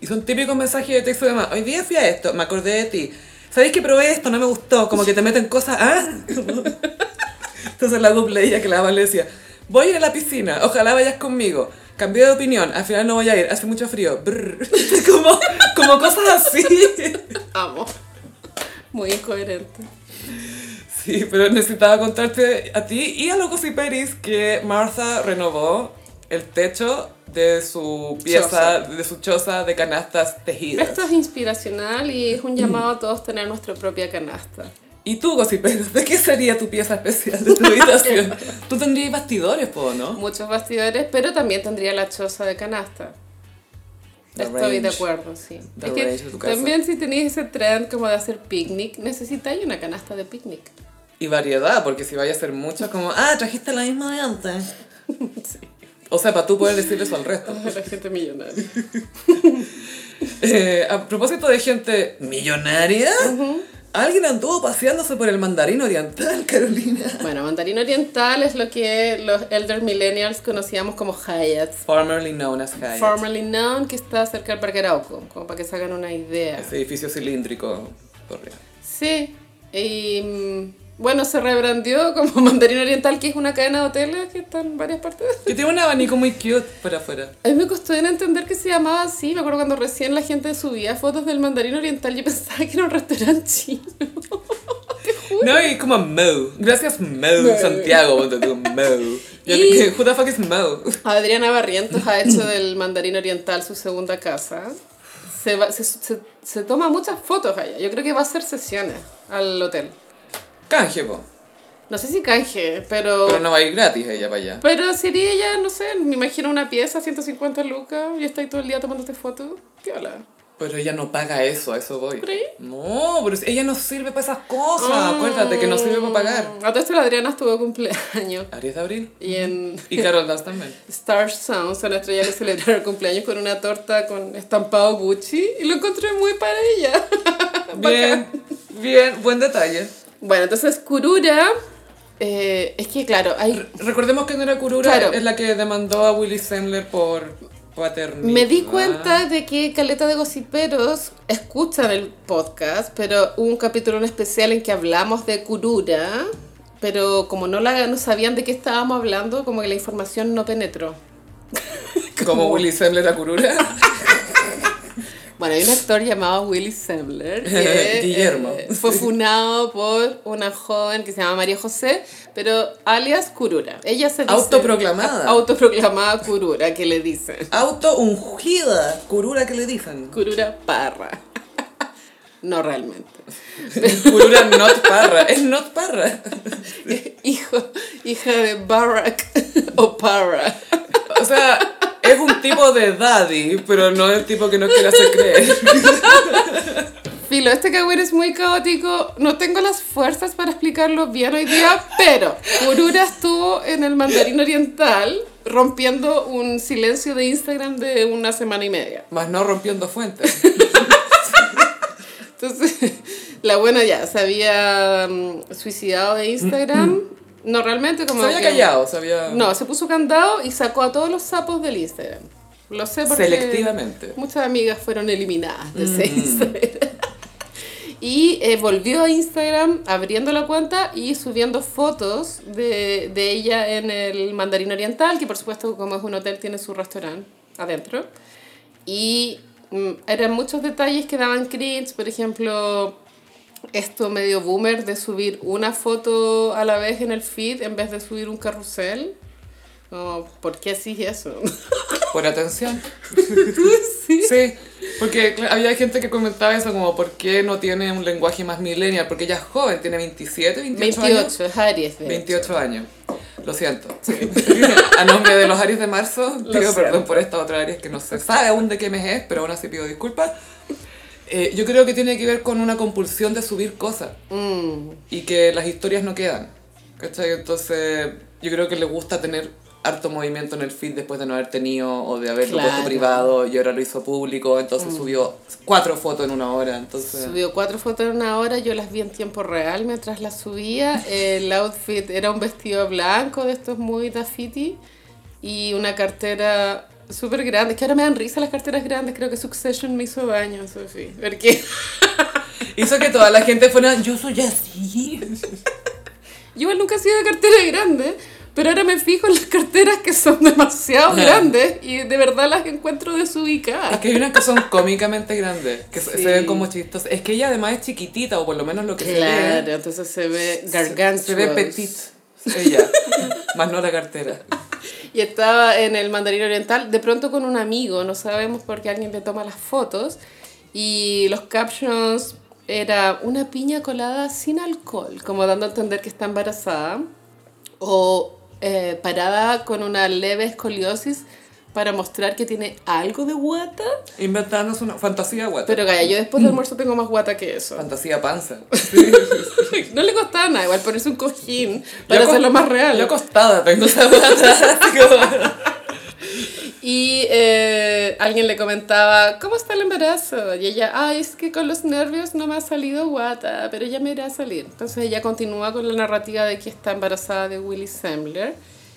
Y son típicos mensajes de texto de mamá. Hoy día fui a esto, me acordé de ti. ¿Sabéis que probé esto? No me gustó. Como que te meten cosas, ¿ah? Entonces la Goop leía que la mamá le decía, voy a ir a la piscina, ojalá vayas conmigo. Cambié de opinión, al final no voy a ir, hace mucho frío. Brr. Como, como cosas así.
Amo. Muy incoherente.
Sí, pero necesitaba contarte a ti y a los gossiperis que Martha renovó el techo de su pieza, de su choza de canastas tejidas.
Esto es inspiracional y
Mm.
es un llamado a todos tener nuestra propia canasta.
¿Y tú, gossipero, de qué sería tu pieza especial de tu habitación? tú tendrías bastidores, po, ¿no?
Muchos bastidores, pero también tendría la choza de canasta.
The
Estoy de
range.
acuerdo, sí.
The
Es
range de
que
tu casa.
también si tenéis ese trend como de hacer picnic, necesitáis una canasta de picnic.
Y variedad, porque si vaya a ser muchas, como, ah, trajiste la misma de antes. O sea, para tú poder decir eso al resto.
La gente millonaria.
Eh, a propósito de gente millonaria, alguien anduvo paseándose por el mandarín oriental, Carolina.
Bueno, mandarín oriental es lo que los elder millennials conocíamos como Hayats.
Formerly known as Hyatt.
Formerly known, que está cerca del Parque Arauco, como para que se hagan una idea.
Ese edificio cilíndrico. Torre.
Sí, y mm, bueno, se rebrandió como Mandarín Oriental, que es una cadena de hoteles que están en varias partes.
Que tiene un abanico muy cute para afuera.
A mí me costó en entender que se llamaba así. Me acuerdo cuando recién la gente subía fotos del Mandarín Oriental, yo pensaba que era un restaurante chino.
No, y como Mo. Gracias Mo, Santiago, ponte tú, Mo. Yo,
Y-
que- Who the fuck is Mo?
Adriana Barrientos ha hecho del Mandarín Oriental su segunda casa. Se, va- se, se- se toma muchas fotos allá. Yo creo que va a hacer sesiones al hotel.
Canje, po.
No sé si canje, pero...
Pero
Pero,
no va a ir gratis ella para allá.
sería ya, no sé, me imagino una pieza, 150 lucas, y está ahí todo el día tomándote fotos. ¿Qué hola?
Pero ella no paga eso, a eso voy.
¿Creí?
No, pero ella no sirve para esas cosas. Acuérdate que no sirve para pagar.
Mm, A todo esto la Adriana estuvo de cumpleaños.
Aries de abril.
Y en
Y Carol Dance también.
Star Sounds, a nuestra ya le celebraron el cumpleaños con una torta con estampado Gucci. Y lo encontré muy para ella.
Bien, bien, buen detalle.
Bueno, entonces Kurura, eh, es que claro, hay,
Recordemos que Nora Kurura
Claro.
es la que demandó a Willy Semler por paternidad.
me di cuenta de que Caleta de Gossiperos escuchan el podcast, pero hubo un capítulo en especial en que hablamos de Kurura, pero como no, la, no sabían de qué estábamos hablando, como que la información no penetró.
Como Willy Semler a Kurura.
Bueno, hay un actor llamado Willy Sembler que
Guillermo.
eh, fue funado por una joven que se llama María José, pero alias Curura. Ella se dice-
Autoproclamada.
A- autoproclamada Curura, que le dicen.
Auto ungida. Kurura que le dicen.
Curura Parra. No realmente.
Kurura not parra. Es not parra.
Hijo, hija de Barack o Parra.
O sea, es un tipo de daddy, pero no el tipo que no quiere hacer creer.
Filo, este cagüero es muy caótico. No tengo las fuerzas para explicarlo bien hoy día, pero Kurura estuvo en el mandarín oriental rompiendo un silencio de Instagram de una semana y media.
Más no rompiendo fuentes.
Entonces, la buena ya se había mm, suicidado de Instagram. No realmente, como.
Se había
que-
callado, se había...
No, se puso candado y sacó a todos los sapos del Instagram. Lo sé porque.
Selectivamente.
Muchas amigas fueron eliminadas de ese Instagram. Y eh, volvió a Instagram abriendo la cuenta y subiendo fotos de, de ella en el Mandarín Oriental, que por supuesto como es un hotel tiene su restaurante adentro. Y mm, eran muchos detalles que daban cringe, por ejemplo, esto medio boomer de subir una foto a la vez en el feed en vez de subir un carrusel. Como, ¿Por qué así eso?
Por atención. Sí. porque cla- había gente que comentaba eso como, ¿por qué no tiene un lenguaje más millennial? Porque ella es joven, tiene 27, 28, años.
28, es Aries. de hecho.
28 años. Lo siento. A nombre de los Aries de marzo, pido perdón
siento.
por esta otra Aries que no se sabe aún de qué mes es, pero aún así pido disculpas. Eh, yo creo que tiene que ver con una compulsión de subir cosas
Mm.
y que las historias no quedan. ¿Cachai? Entonces, yo creo que le gusta tener harto movimiento en el feed después de no haber tenido o de haberlo
Claro. Mm.
puesto privado y ahora lo hizo público. Entonces subió cuatro fotos en una hora. Entonces,
Subió cuatro fotos en una hora, yo las vi en tiempo real mientras las subía. El outfit era un vestido blanco de estos muy graffiti y una cartera súper grande. Es que ahora me dan risa las carteras grandes, creo que Succession me hizo daño, Sofi. Porque
hizo que toda la gente fuera, yo soy así.
yo igual nunca he sido de cartera grande, Pero ahora me fijo en las carteras que son demasiado grandes y de verdad las encuentro
Es
desubicadas.
que hay unas que son cómicamente grandes, que se-
Sí.
se ven como chistosas. Es que ella además es chiquitita, o por lo menos lo que se
Claro,
ve.
entonces se ve gargantua.
Se ve petit. Ella. más no la cartera.
Y estaba en el Mandarín Oriental, de pronto con un amigo, no sabemos por qué alguien le toma las fotos. Y los captions era una piña colada sin alcohol, como dando a entender que está embarazada. O eh, parada con una leve escoliosis para mostrar que tiene algo de guata.
Inventándose una fantasía guata.
Pero Gaya, yo después del almuerzo tengo más guata que eso.
Fantasía panza.
No le costaba nada, igual ponerse un cojín para
Yo
hacerlo
acos-
más real.
Yo acostada tengo esa guata.
Y eh, alguien le comentaba, ¿cómo está el embarazo? Y ella, ay, es que con los nervios no me ha salido guata, pero ya me irá a salir. Entonces ella continúa con la narrativa de que está embarazada de Willy Sembler.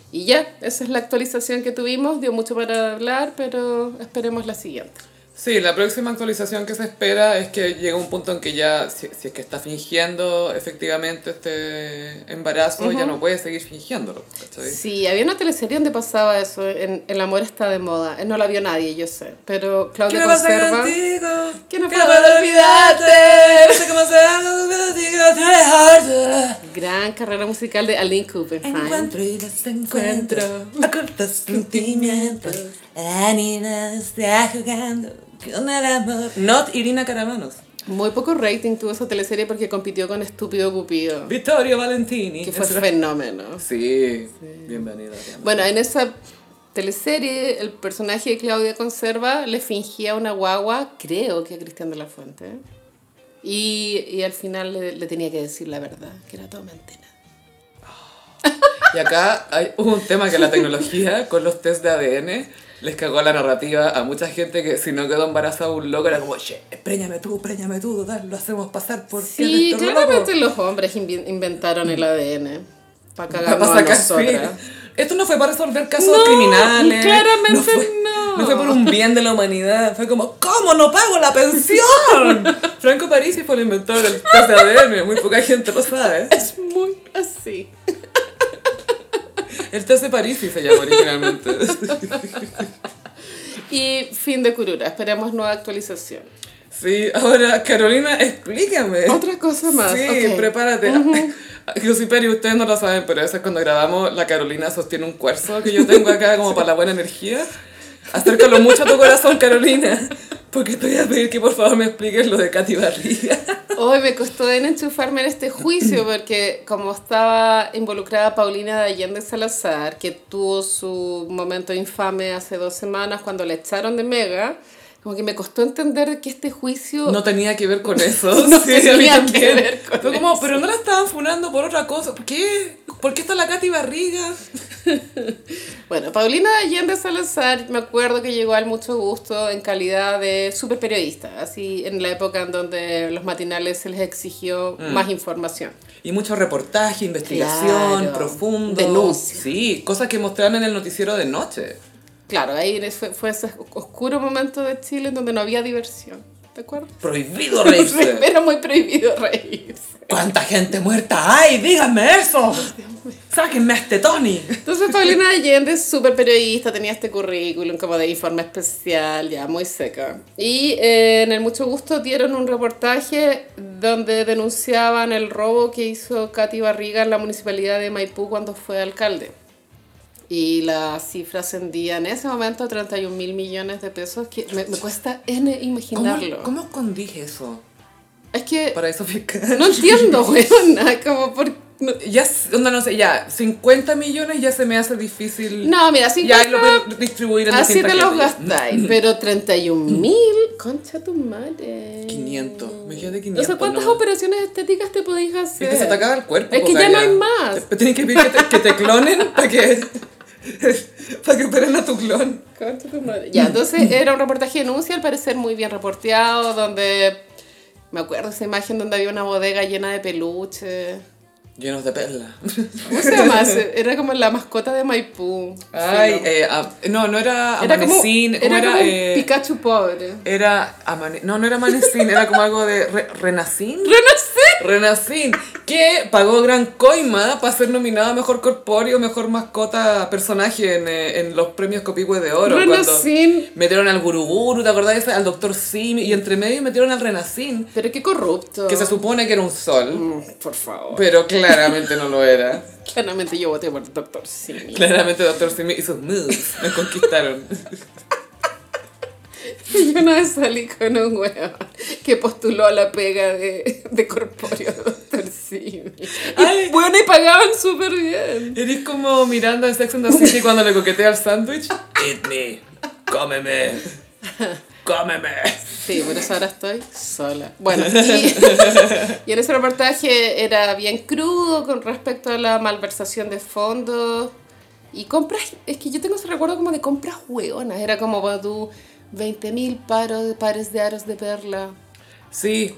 Y ya, esa es la actualización que tuvimos. Dio mucho para hablar, pero esperemos la siguiente.
Sí, la próxima actualización que se espera es que llegue un punto en que ya, si, si es que está fingiendo efectivamente este embarazo, ya no puede seguir fingiéndolo. ¿cachai?
Sí, había una teleserie donde pasaba eso. En El amor está de moda. Eh, No la vio nadie, yo sé. Pero Claudia Conserva...
contigo?
Que no
Que no
puedo
puedo
olvidarte.
No sé cómo se hace, no puedo dejarte.
Gran carrera musical de Aline Cooper.
Encuentro y desencuentro, ocultos sentimientos, la niña está jugando con el amor.
Not Irina Caramanos.
Muy poco rating tuvo esa teleserie porque compitió con Estúpido Cupido,
Vittorio Valentini.
que fue
Eso era-
fenómeno.
Sí, bienvenida. Ariana.
Bueno, en esa teleserie el personaje de Claudia Conserva le fingía una guagua, creo que a Cristian de la Fuente. Y, y al final le, le tenía que decir la verdad, que era todo mentira.
Y acá hay un tema que la tecnología con los test de ADN les cagó la narrativa a mucha gente que si no quedó embarazada un loco era como, che, préñame tú, préñame tú, total, lo hacemos pasar por
Sí,
ti, esto es loco".
claramente los hombres invi- inventaron el ADN para
Pa-
cagarnos
pa'
a
sacar-
nosotras.
sí. Esto no fue para resolver casos
No,
criminales.
claramente
fue,
no.
fue por un bien de la humanidad. Fue como, ¿cómo no pago la pensión? Franco Parisi fue el inventor del test de ADN. Muy poca gente lo sabe.
Es muy así.
El test de Parisi se llama originalmente.
Y fin de Curura, esperemos nueva actualización.
Sí, ahora Carolina, explícame.
Otra cosa más,
Eh, Sí,
ok.
prepárate. Luciperi, ustedes no lo saben, pero a veces cuando grabamos, la Carolina sostiene un cuarzo que yo tengo acá como para la buena energía. Acércalo mucho a tu corazón, Carolina, porque te voy a pedir que por favor me expliques lo de Katy Barriga.
Hoy me costó en enchufarme en este juicio porque como estaba involucrada Paulina de Allende Salazar, que tuvo su momento infame hace dos semanas cuando la echaron de Mega, como que me costó entender que este juicio...
No tenía que ver con eso.
No
a mí
tenía
también.
que ver con
Fue como, pero no la estaban funando por otra cosa. ¿Por qué? ¿Por qué está la Katy Barriga?
Bueno, Paulina de Allende Salazar, me acuerdo que llegó al mucho gusto en calidad de super periodista, así en la época en donde los matinales se les exigió más información.
Y mucho reportaje, investigación,
Claro.
profundo.
Denuncia.
Sí, cosas que mostraban en el noticiero de noche.
Claro, ahí en ese- fue ese oscuro momento de Chile en donde no había diversión, ¿te acuerdas?
Prohibido
Sí,
reírse.
Era muy prohibido reírse.
¿Cuánta gente muerta hay? Díganme eso. Sáquenme a este Tony.
Entonces Paulina Allende, súper periodista, tenía este currículum como de informe especial, ya muy seca. Y eh, en el Mucho Gusto dieron un reportaje donde denunciaban el robo que hizo Katy Barriga en la municipalidad de Maipú cuando fue alcalde. Y la cifra ascendía en ese momento a 31 mil millones de pesos, que me, me cuesta N
¿Cómo,
imaginarlo.
¿Cómo condije eso?
Es que
Para eso fiscal.
no entiendo, weona, como por... no-
Ya, s- onda, no sé, ya, 50 millones ya se me hace difícil.
No, mira,
Ya
50
lo puedo distribuir en
Así
distintas
te los
categorías.
gastáis, pero 31
Mm.
mil, concha tu madre.
500, me quedé de 500.
No sé cuántas
no.
operaciones estéticas te podéis hacer.
Es que se te acaba el cuerpo.
Es que
po,
ya no
Gaia.
hay más.
Te- Tienes que pedir que te, que te clonen para que, para que operen a tu clon.
Concha tu madre. Ya, entonces era un reportaje de denuncia, al parecer muy bien reporteado, donde me acuerdo esa imagen donde había una bodega llena de peluches.
Llenos de perlas.
¿Cómo se llama? ese? Era como la mascota de Maipú.
Ay,
Sí,
eh, ah, no, no era
no. era como,
amanecín. ¿cómo
era como un
Eh,
Pikachu pobre.
Era amane- no, no era amanecín, era como algo de re- renacín.
¡Renacín!
Renacín, que pagó gran coima para ser nominada a Mejor Corpóreo, Mejor Mascota Personaje en, eh, en los premios Copihue de Oro. cuando
Renacín.
Metieron al Guruguru, ¿te acordás? de ese? Al Doctor Simi, y entre medio metieron al Renacín,
Pero qué corrupto.
que se supone que era un sol,
Mm, Por favor.
pero claramente no lo era.
Claramente yo voté por el doctor Simi.
Claramente Doctor Simi y sus moves me conquistaron.
Yo una vez salí con un hueón que postuló a la pega de, de corpóreo Dr. Simi.
Ay.
Y bueno, y pagaban súper bien.
Eres como Miranda en Sex and the City cuando le coquetea al sándwich.
Eat me. Cómeme. Cómeme.
Sí, por eso ahora estoy sola. Bueno, y, y en ese reportaje era bien crudo con respecto a la malversación de fondos y compras. Es que yo tengo ese recuerdo como de compras hueonas. Era como cuando tú 20 mil pares de aros de perla.
Sí.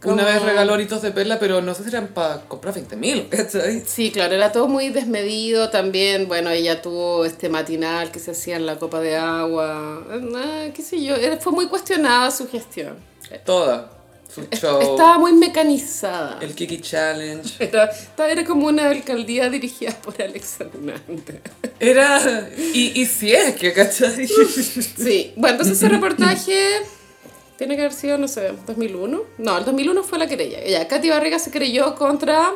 Como-
Una vez regaló oritos de perla, pero no sé si eran para comprar 20 mil, ¿cachai?
Sí, claro, era todo muy desmedido también. Bueno, ella tuvo este matinal que se hacía en la copa de agua. Ah, qué sé yo, era- fue muy cuestionada su gestión.
Toda. Su show.
Estaba muy mecanizada.
El Kiki Challenge.
Era, esta era como una alcaldía dirigida por Alex Hernández.
Era. Y, y si es que, ¿cachai?
Sí, bueno, entonces ese reportaje tiene que haber sido, no sé, 2001. No, el 2001 fue la querella. Ya, Katy Barriga se creyó contra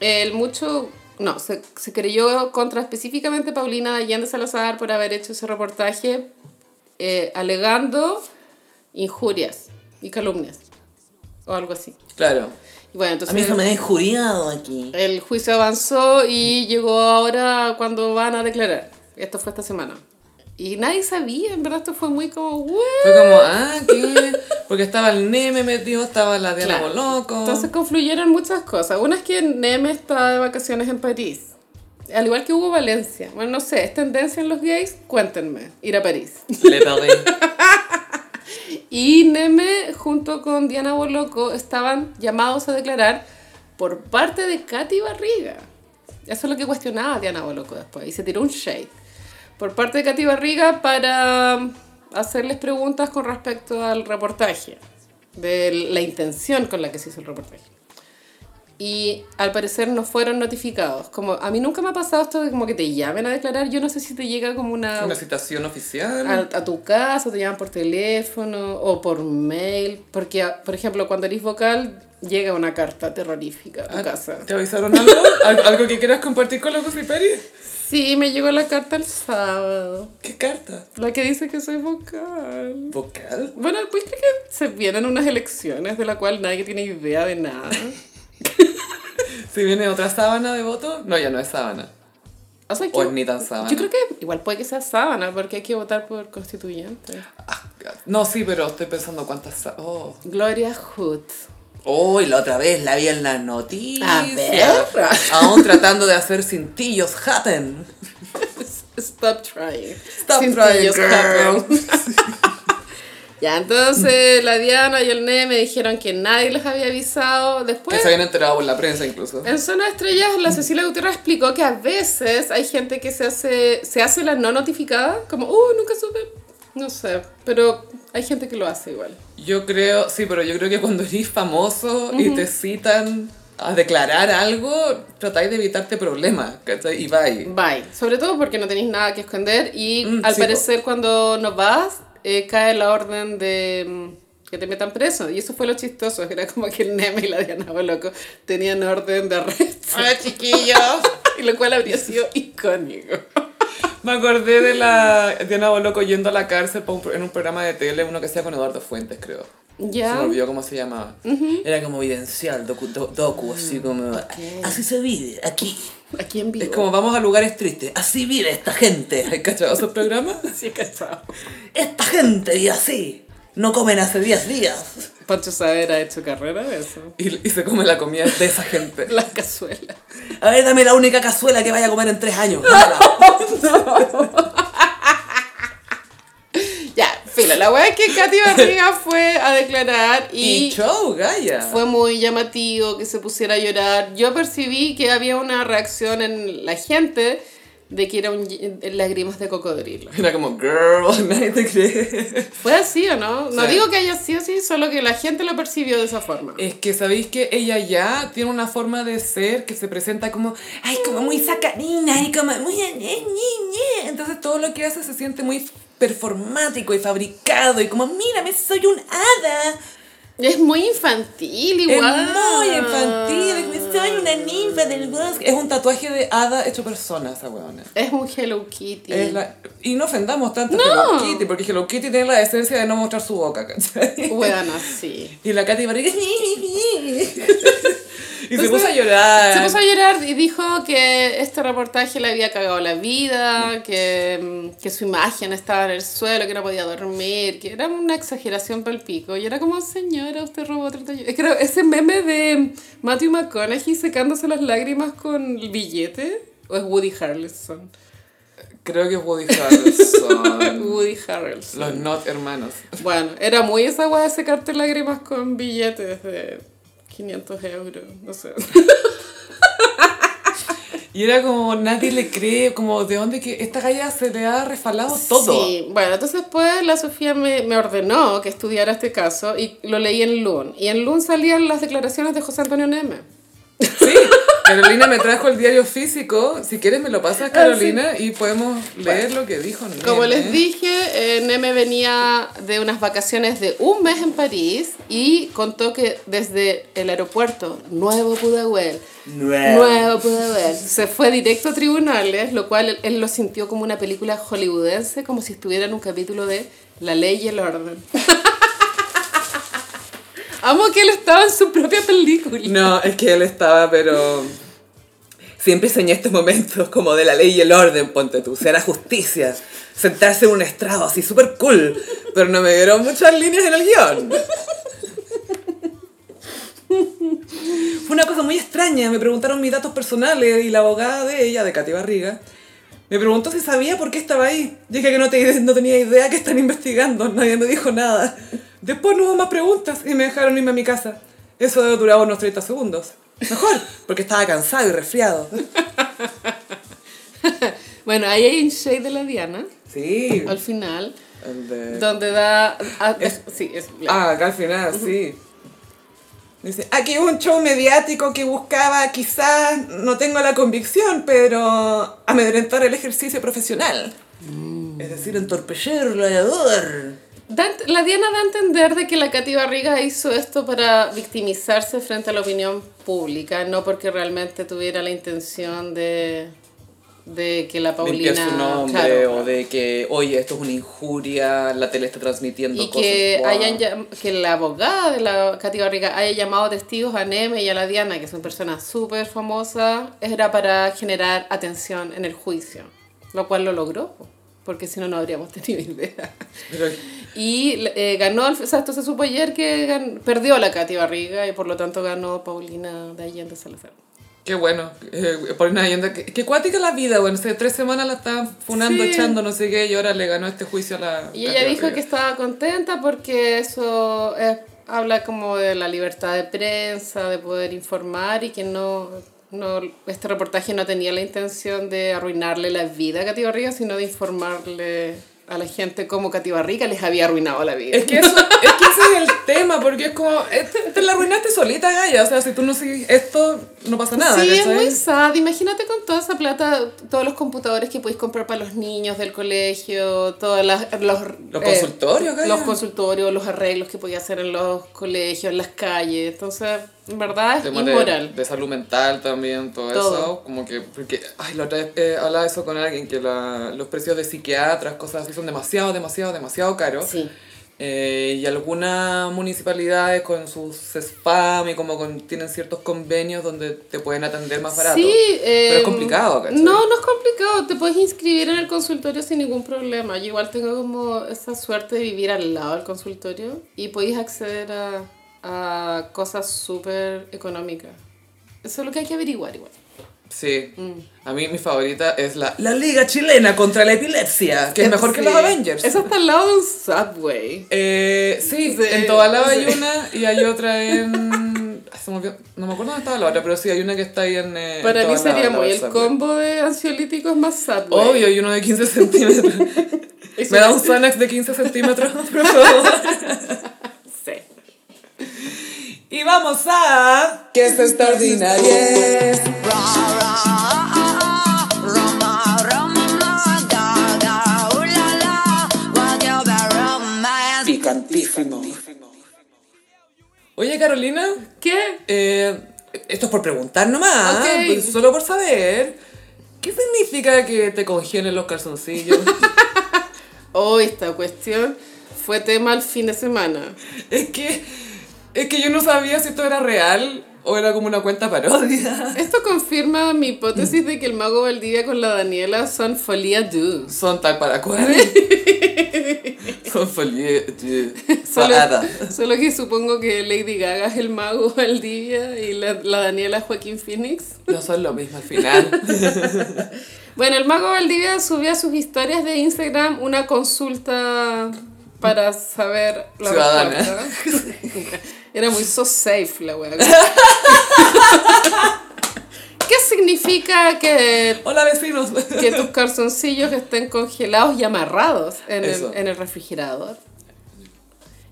el mucho... No, se, se creyó contra específicamente Paulina Allende Salazar por haber hecho ese reportaje eh, alegando injurias y calumnias o algo así.
Claro.
Y bueno,
A
entonces...
mí se me ha injuriado aquí.
El juicio avanzó y llegó ahora cuando van a declarar. Esto fue esta semana. Y nadie sabía, en verdad esto fue muy como, "What?".
Fue como, ah, ¿qué? Porque estaba el Neme metido, estaba la Diana
Claro.
Boloco.
Entonces confluyeron muchas cosas. Una es que Neme está de vacaciones en París. Al igual que Hugo Valencia. Bueno, no sé, ¿es tendencia en los gays? Cuéntenme, ir a París.
Le perdí.
Y Neme, junto con Diana Boloco, estaban llamados a declarar por parte de Katy Barriga. Eso es lo que cuestionaba Diana Boloco después. Y se tiró un shade. Por parte de Katy Barriga para hacerles preguntas con respecto al reportaje. De la intención con la que se hizo el reportaje. Y al parecer no fueron notificados. Como a mí nunca me ha pasado esto de como que te llamen a declarar. Yo no sé si te llega como
Una citación oficial.
a, a tu casa, te llaman por teléfono o por mail. Porque, a- por ejemplo, cuando eres vocal, llega una carta terrorífica a tu
Ah,
casa.
¿Te avisaron algo? ¿Al- ¿Algo que quieras compartir con los Gossiperi?
Sí, me llegó la carta el sábado.
¿Qué carta?
La que dice que soy vocal.
¿Vocal?
Bueno, pues creo que se vienen unas elecciones de la cual nadie tiene idea de nada.
Si viene otra sábana de voto, no, ya no es sábana.
O sea,
O
que-
es ni tan sábana.
yo creo que igual puede que sea sábana porque hay que votar por constituyente.
Ah, No, sí, pero estoy pensando cuántas sa- Oh.
Gloria Hood.
Oh, y la otra vez la vi en las noticias.
A ver.
Aún tratando de hacer cintillos happen.
Stop trying.
Stop
Sin
trying,
sellos,
girl.
happen. ya, entonces la Diana y el Neme dijeron que nadie les había avisado.
Que
Después,
se habían enterado por la prensa incluso.
en Zona de Estrellas, la Cecilia Gutiérrez explicó que a veces hay gente que se hace, se hace la no notificada, como, uh, nunca supe. No sé, pero hay gente que lo hace igual.
Yo creo, sí, pero yo creo que cuando eres famoso y te citan a declarar algo, tratáis de evitarte problemas, ¿cachai? Y bye.
Bye. Sobre todo porque no tenéis nada que esconder y
Mm,
al
sí, po.
parecer cuando nos vas eh, cae la orden de mm, que te metan preso. Y eso fue lo chistoso, que era como que el Neme y la Diana Boloco tenían orden de arresto.
Hola, chiquillos.
Y lo cual habría sido icónico.
Me acordé de la Diana Boloco yendo a la cárcel pa un pro- en un programa de tele, uno que hacía con Eduardo Fuentes, creo. Se me
Ya.
olvidó cómo se llamaba.
Era como evidencial, docu, do- docu,
Mm.
así como...
Así se vive aquí.
Aquí en vivo.
Es como vamos a lugares tristes.
Así vive esta gente.
¿Has cachado esos programas?
Sí, cachado.
Esta gente vive así. No comen hace 10 días.
Pancho Saber ha hecho carrera de eso.
Y, y se come la comida de esa gente.
La cazuela.
A ver, dame la única cazuela que vaya a comer en 3 años. Dámela.
Ya, filo. La wea es que Katy Barriga fue a declarar
Y, show, Gaia.
Fue muy llamativo que se pusiera a llorar. Yo percibí que había una reacción en la gente de que era un ye- lágrimas de cocodrilo.
Era como, girl, nadie te cree.
¿Fue así o no? No
Sí.
digo que haya sido así, solo que la gente lo percibió de esa forma.
Es que sabéis que ella ya tiene una forma de ser que se presenta como, ay, como muy sacarina y como muy. ñe, ñe, ñe". Entonces todo lo que hace se siente muy performático y fabricado y como, mírame, soy un hada.
Es muy infantil
Es
igual.
muy infantil, es como, soy una ninfa del bosque. Es un tatuaje de hada hecho persona esa weona.
Es un Hello Kitty.
Es la- y no ofendamos tanto a
No.
Hello Kitty, porque Hello Kitty tiene la esencia de no mostrar su boca, ¿cachai?
Weón, así.
Y la Katy Barriga. y se
Entonces,
puso a llorar.
Se puso a llorar y dijo que este reportaje le había cagado la vida, que, mm, que su imagen estaba en el suelo, que no podía dormir, que era una exageración para el pico. Y era como, señora, usted robó 30 yo-". Es que era ese meme de Matthew McConaughey secándose las lágrimas con el billete, o es Woody Harrelson.
Creo que es Woody Harrelson.
Woody Harrelson.
Los Not hermanos.
Bueno, era muy esa guay de secarte lágrimas con billetes de 500 euros, no sé.
Y era como, nadie le cree, como, ¿de dónde que esta galla se le ha resfalado todo?
Sí, bueno, entonces pues la Sofía me, me ordenó que estudiara este caso y lo leí en Lun. Y en Lun salían las declaraciones de José Antonio Neme.
Sí. Carolina me trajo el diario físico. Si quieres, me lo pasas, Carolina, y podemos leer lo que dijo.
Ah, Como
Nene.
les dije, eh, Neme venía de unas vacaciones de un mes en París y contó que desde el aeropuerto Nuevo Pudahuel, Nuevo Pudahuel, se fue directo a tribunales, lo cual él, él lo sintió como una película hollywoodense, como si estuviera en un capítulo de La Ley y el Orden. Amo que él estaba en su propia película.
No, es que él estaba, pero... Siempre soñé estos momentos como de la ley y el orden, ponte tú. Será justicia, sentarse en un estrado así, súper cool. Pero no me dieron muchas líneas en el guión. Fue una cosa muy extraña. Me preguntaron mis datos personales y la abogada de ella, de Katy Barriga, me preguntó si sabía por qué estaba ahí. Dije que no, te- no tenía idea que están investigando. Nadie me dijo nada. Después no hubo más preguntas y me dejaron irme a mi casa. Eso debe durar unos 30 segundos. Mejor, porque estaba cansado y resfriado.
Bueno, ahí hay un shade de la Diana,
Sí.
al final,
El de...
donde da... a- sí, es...
Ah, acá al final, sí. Dice, aquí hubo un show mediático que buscaba quizás, no tengo la convicción, pero amedrentar el ejercicio profesional. Es decir, entorpecerlo al orador.
Da- la Diana da a entender de que la Katy Barriga hizo esto para victimizarse frente a la opinión pública, no porque realmente tuviera la intención de, de que la Paulina...
Limpiar su nombre
claro,
o de que, oye, esto es una injuria, la tele está transmitiendo
y
cosas.
que,
guau.
hayan, llam- que la abogada de la Katy Barriga haya llamado testigos a Neme y a la Diana, que son personas súper famosas, era para generar atención en el juicio, lo cual lo logró, porque si no, no habríamos tenido idea.
Pero-
Y eh, ganó, al- o sea, esto se supo ayer que gan- perdió la Katy Barriga y por lo tanto ganó Paulina de Allende Salazar.
Qué bueno, eh, por una leyenda. Qué, qué cuática la vida, bueno, hace tres semanas la estaban funando,
Sí.
echando, no sé qué, y ahora le ganó este juicio a la.
Y
Katy
ella dijo
Barriga.
que estaba contenta porque eso es- habla como de la libertad de prensa, de poder informar y que no, no este reportaje no tenía la intención de arruinarle la vida a Katy Barriga, sino de informarle a la gente cómo Katy Barriga les había arruinado la vida.
Es que, eso, es que ese es el tema, porque es como, eh, te, te la arruinaste solita, Gaya. O sea, si tú no sigues esto, no pasa nada.
Sí, es
¿cachai?
muy sad. Imagínate con toda esa plata, todos los computadores que podéis comprar para los niños del colegio, todos los, eh,
Los consultorios, Gaya.
los consultorios, los arreglos que podías hacer en los colegios, en las calles. Entonces, en verdad es
Tema de-
inmoral.
De, salud mental también, todo,
Todo.
eso. Como que, porque, ay, la otra vez eh, hablaba eso con alguien, que la- los precios de psiquiatras, cosas así, son demasiado, demasiado, demasiado caros.
Sí.
Eh, y algunas municipalidades con sus spam y como con, tienen ciertos convenios donde te pueden atender más barato.
Sí,
Pero
eh,
es complicado, ¿cachai?
No, no es complicado. Te puedes inscribir en el consultorio sin ningún problema. Yo igual tengo como esa suerte de vivir al lado del consultorio y podéis acceder a, a cosas súper económicas. Eso es lo que hay que averiguar igual.
Sí.
Mm.
A mí mi favorita es la, la Liga Chilena contra la Epilepsia, que es mejor que
Sí.
los Avengers.
Esa está al lado de un subway.
Eh, sí,
Sí,
en Tobalaba hay
sí.
una y hay otra en... se me olvidó- no me acuerdo dónde estaba la otra, pero sí, hay una que está ahí en. eh, en
Para mí
toda la-
sería
la
muy el
Subway.
combo de ansiolíticos más Subway.
Obvio, y uno de 15 centímetros.
Es
¿Me da
una-
un Xanax de 15 centímetros, por favor?
Sí.
Y vamos a... Que es extraordinario. Picantísimo. Oye, Carolina,
¿Qué?
eh, esto es por preguntar nomás,
Ok.
pues, solo por saber. ¿Qué significa que te congelen los calzoncillos?
Hoy Oh, esta cuestión fue tema el fin de semana.
es que... Es que yo no sabía si esto era real o era como una cuenta parodia.
Esto confirma mi hipótesis de que el mago Valdivia con la Daniela son folia dus.
Son tal para cual. Son folie...
Solo,
Parada.
solo que supongo que Lady Gaga es el mago Valdivia y la, la Daniela es Joaquín Phoenix.
No son lo mismo al final.
Bueno, el mago Valdivia subió a sus historias de Instagram una consulta para saber la
Ciudadana.
respuesta. Era muy so safe la wea. ¿Qué significa que,
Hola vecinos.
que tus calzoncillos estén congelados y amarrados en,
Eso.
el, en el refrigerador?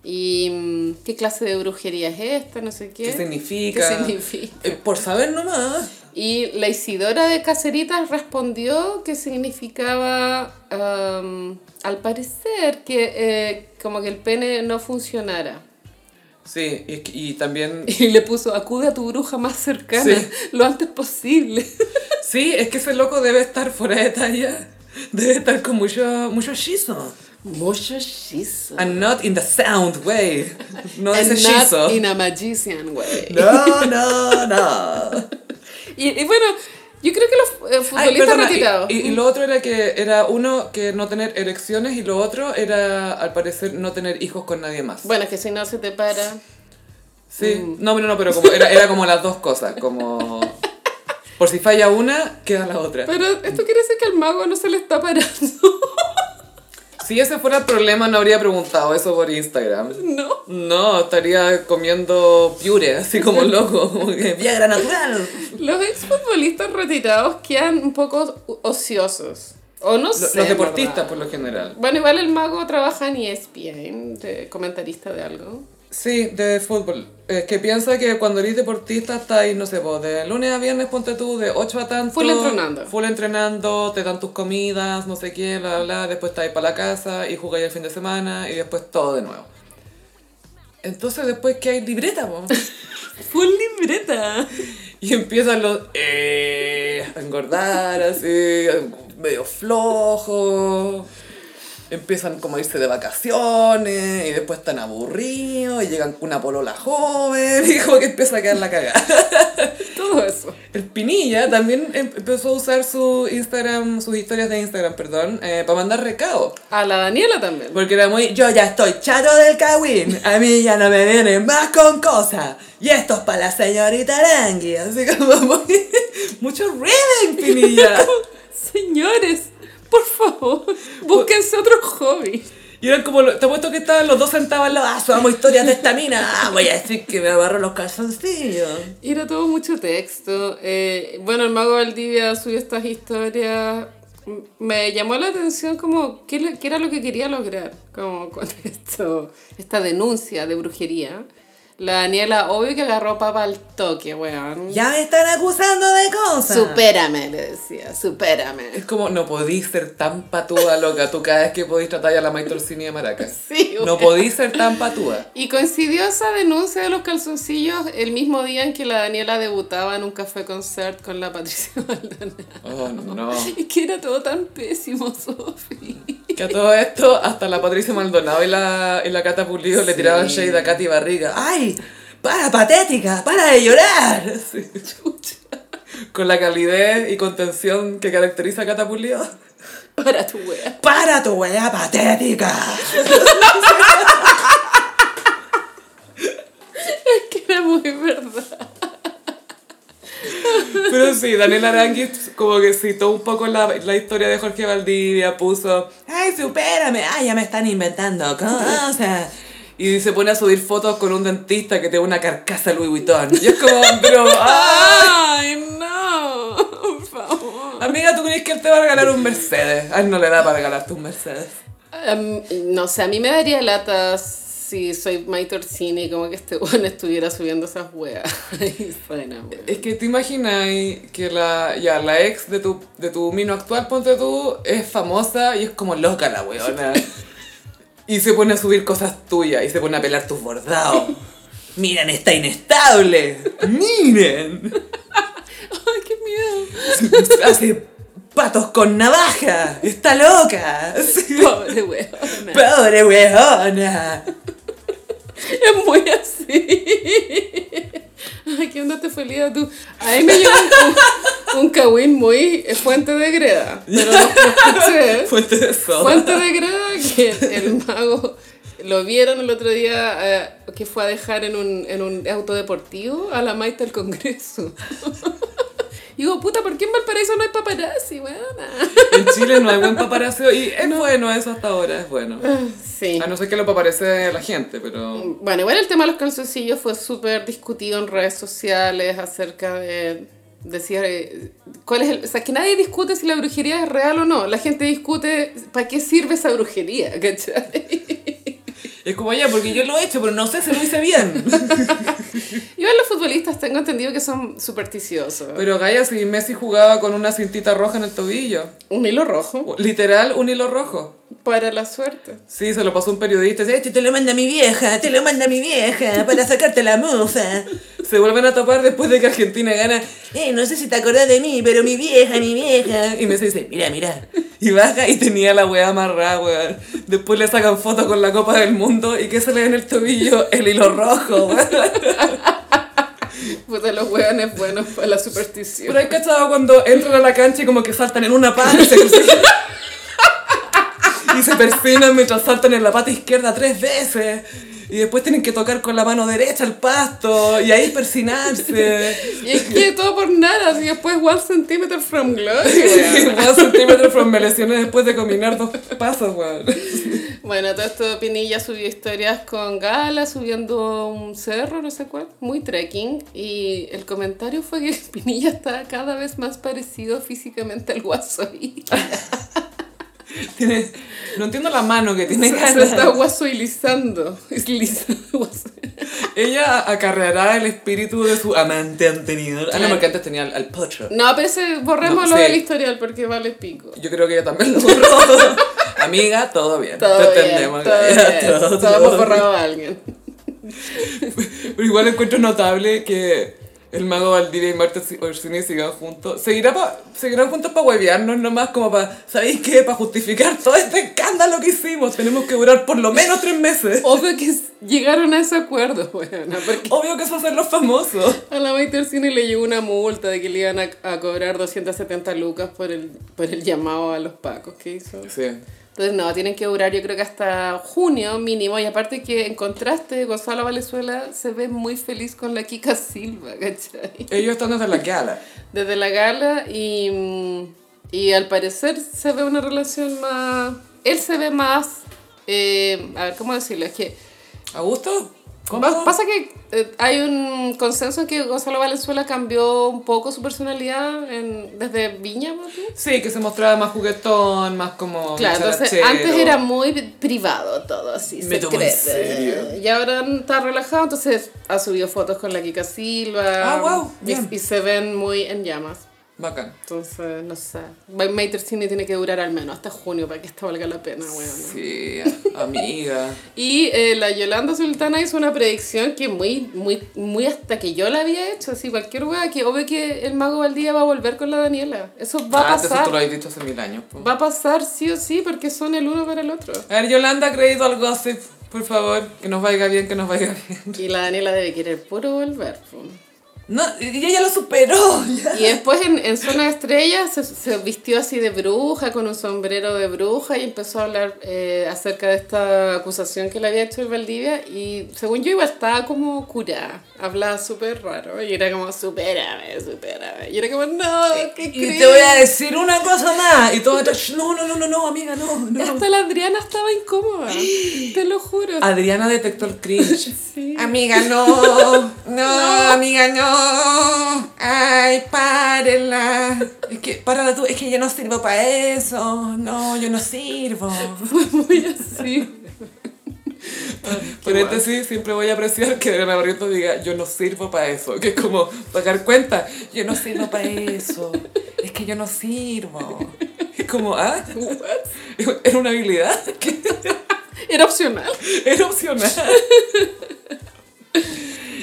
¿Y mm, qué clase de brujería es esta? No sé qué.
¿Qué significa?
¿Qué significa?
Eh, por saber nomás.
Y la Isidora de Caceritas respondió que significaba, am, al parecer, que eh, como que el pene no funcionara.
Sí, y, y también...
Y le puso, acude a tu bruja más cercana
Sí.
lo antes posible.
Sí, es que ese loco debe estar fuera de talla. Debe estar con mucho, mucho shizo.
Mucho shizo.
And not in the sound way. No
And
ese
not
shizo.
in a magician way.
No, no, no.
Y, y bueno, yo creo que los eh,
Ay,
futbolistas
perdona, y-
retirados.
Y, y lo otro era que era uno que no tener erecciones y lo otro era al parecer no tener hijos con nadie más.
Bueno, mm. es que si no se te para...
Sí, no, no, no, pero como era, era como las dos cosas, como por si falla una, queda la otra.
Pero esto quiere decir que al mago no se le está parando,
Si ese fuera el problema no habría preguntado eso por Instagram.
¿no?
No, estaría comiendo pure, así como loco, como que Viagra natural.
Los exfutbolistas retirados quedan un poco o- ociosos. O no
Lo-
sé.
Los deportistas
¿verdad?
por lo general.
Bueno, igual el mago trabaja en E ESPN, de comentarista de algo.
Sí, de fútbol. Es que piensa que cuando eres deportista estás ahí, no sé, pues, de lunes a viernes ponte tú, de 8 a tanto.
Full entrenando.
Full entrenando, te dan tus comidas, no sé qué, bla, bla, bla. Después estás ahí para la casa y jugáis el fin de semana y después todo de nuevo. Entonces después que hay libreta, po?
Full libreta.
Y empiezan los... eh, a engordar así, medio flojo. Empiezan como a irse de vacaciones y después están aburridos y llegan con una polola joven y como que empieza a quedar la cagada.
Todo eso.
El Pinilla también em- empezó a usar su Instagram, sus historias de Instagram, perdón, eh, para mandar recado.
A la Daniela también.
Porque era muy, yo ya estoy chato del cagüín, a mí ya no me vienen más con cosas. Y esto es para la señorita Arangui. Así como muy, mucho rhythm, Pinilla.
Señores, por favor, búsquense otro hobby.
Y eran como, lo- te puesto que estaban los dos sentados al lado, ah, subamos historias de esta mina, ah, voy a decir que me agarro los calzoncillos.
Y Era todo mucho texto. Eh, bueno, el mago Valdivia subió estas historias. M- Me llamó la atención como qué, le- qué era lo que quería lograr como con esto, esta denuncia de brujería. La Daniela, obvio que agarró papa al toque, weón.
Ya me están acusando de cosas.
Supérame, le decía, supérame.
Es como, no podís ser tan patúa, loca, tú cada vez que podís tratar a la Maitorcini de Maracas.
Sí,
No
weón.
podís ser tan patúa.
Y coincidió esa denuncia de los calzoncillos el mismo día en que la Daniela debutaba en un café concert con la Patricia Maldonado.
Oh, no.
Y que era todo tan pésimo, Sofi.
Que a todo esto, hasta la Patricia Maldonado y la, y la Cata Pulido le tiraban shade a Katy Barriga.
¡Ay! ¡Para, patética! ¡Para de llorar!
Sí. Con la calidez y contención que caracteriza a Cata Pulido.
Para tu wea.
¡Para tu wea patética!
Que era muy verdad.
Pero sí, Daniel Aranguis como que citó un poco la, la historia de Jorge Valdivia, puso...
¡Ay, supérame! ¡Ay, ya me están inventando cosas!
Y se pone a subir fotos con un dentista que tiene una carcasa Louis Vuitton. Y es como, bro, ¡ah!
¡Ay, no! Por favor.
Amiga, ¿tú crees que él te va a regalar un Mercedes? A él no le da para regalarte un Mercedes.
Em, no sé, a mí me daría lata si soy Mike Torsini como que este bueno estuviera subiendo esas weas. Ay, suena, wea.
Es que te imaginas que la, ya, la ex de tu, de tu mino actual, ponte tú, es famosa y es como loca la weona. Y se pone a subir cosas tuyas y se pone a pelar tus bordados. ¡Miren, está inestable! ¡Miren!
Ay, qué miedo.
Hace patos con navaja. ¡Está loca! Sí.
Pobre weona.
¡Pobre weona!
Es muy así. Ay, ¿qué onda te fue el día tú? A mí me llegó un, un, un kawin muy eh, fuente de greda. Pero no escuché.
Fuente de soda.
Fuente de greda que el mago lo vieron el otro día eh, que fue a dejar en un, en un auto deportivo a la Maite del Congreso. Y digo, puta, ¿por qué en Valparaíso no hay paparazzi, weona?
En Chile no hay buen paparazzo y es bueno eso hasta ahora, es bueno.
Sí.
A Ah, no ser que lo paparece la gente, pero...
Bueno, igual el tema de los calzoncillos fue súper discutido en redes sociales acerca de decir eh, cuál es el, o sea, que nadie discute si la brujería es real o no. La gente discute para qué sirve esa brujería, ¿cachai?
Es como ya, porque yo lo he hecho, pero no sé si lo hice bien.
Igual los futbolistas tengo entendido que son supersticiosos.
Pero Gaia, si Messi jugaba con una cintita roja en el tobillo,
Un hilo rojo
literal un hilo rojo.
para la suerte.
Sí, se lo pasó un periodista y dice,
Este te lo manda mi vieja, te lo manda mi vieja para sacarte la mufa.
se vuelven a topar después de que Argentina gana.
Eh, no sé si te acordás de mí, pero mi vieja, mi vieja.
Y Messi dice, mira, mira. Y baja y tenía la weá amarrada, weón. Después le sacan fotos con la Copa del Mundo y que se le ve en el tobillo el hilo rojo, weón.
¿eh?".
Puta, los hueones buenos para la superstición.
Pero hay cachado cuando entran a la cancha y como que saltan en una pata y se, y se persinan mientras saltan en la pata izquierda tres veces. Y después tienen que tocar con la mano derecha el pasto y ahí persinarse.
Y es que todo por nada, y después one centimeter from glory.
Dos centímetros from me lesiones después de combinar dos pasos, weón.
bueno, todo esto Pinilla subió historias con Gala, subiendo un cerro, no sé cuál, muy trekking. Y el comentario fue que Pinilla está cada vez más parecido físicamente al Guasoy.
Tiene- no entiendo la mano que tiene
Se está
Gala.
guasoilizando. Es lisa, guaso-
Ella acarreará el espíritu de su amante anterior. Ah, no, porque antes tenía al, al pocho.
No, pero ese, borrémoslo
No, sí.
del historial porque vale pico.
Yo creo que ella también lo borró. Amiga, todo bien.
Todo
Te
bien,
entendemos.
todo
Gaia,
bien.
todo-
Todos
todo
hemos borrado a alguien.
Pero igual encuentro notable que el mago Valdivia y Marta Si- Orsini sigan juntos. Seguirá pa- seguirán juntos para huevearnos nomás, como para, ¿sabéis qué? Para justificar todo este escándalo que hicimos. Tenemos que durar por lo menos tres meses.
Obvio que s- llegaron a ese acuerdo, weona, porque
Obvio que eso va a ser los famosos.
a la Maite Cine le llegó una multa de que le iban a, a cobrar 270 lucas por el, por el llamado a los pacos que hizo.
Sí.
Entonces, no, tienen que durar yo creo que hasta junio mínimo. Y aparte que en contraste, Gonzalo Valenzuela se ve muy feliz con la Kika Silva, ¿cachai?
Ellos están desde la gala.
Desde la gala y, mm, y al parecer se ve una relación más... Él se ve más... eh, a ver, ¿cómo decirlo? Es que...
¿A gusto? ¿Cómo?
Pa- Pasa que eh, hay un consenso en que Gonzalo Valenzuela cambió un poco su personalidad en- desde Viña, ¿no?
Sí, que se mostraba más juguetón, más como.
Claro, entonces
dicharachero.
antes era muy privado todo, así,
Me tomo en
secreto.
serio.
Y ahora está relajado, entonces ha subido fotos con la Kika Silva.
Ah, wow,
y-
bien.
Y, se ven muy en llamas.
Bacán.
Entonces, no sé. Mater Cine tiene que durar al menos hasta junio para que esto valga la pena, weón.
Sí, amiga.
Y eh, la Yolanda Sultana hizo una predicción que muy, muy, muy hasta que yo la había hecho, así cualquier wea, que obvio que el mago Valdía va a volver con la Daniela. Eso va a
Ah, antes
pasar.
tú lo habías dicho hace mil años. po.
Va a pasar sí o sí, porque son el uno para el otro.
A ver, Yolanda, creído al gossip, por favor. Que nos vaya bien, que nos vaya bien.
Y la Daniela debe querer puro volver. po.
No, y ella lo superó. ya.
Y después en, en Zona Estrella se, se vistió así de bruja, con un sombrero de bruja y empezó a hablar eh, acerca de esta acusación que le había hecho el Valdivia y según yo igual estaba como curada, hablaba súper raro y era como supérame, supérame y era como no, ¿qué
Y te voy a
crees?
decir una cosa más. Y todo atrás, no, no, no, no, no, amiga, no, no.
Hasta la Adriana estaba incómoda, te lo juro.
Adriana detectó el cringe.
Sí.
Amiga, no. No, amiga, no. Ay, párenla. Es que, párala tú, es que yo no sirvo para eso. No, yo no sirvo.
Fue muy así.
Por este sí, siempre voy a apreciar que Adriana Barrientos diga, yo no sirvo para eso, que es como pagar cuenta, yo no sirvo para eso, es que yo no sirvo. Es como, ah, era una habilidad, que
Era opcional.
era opcional.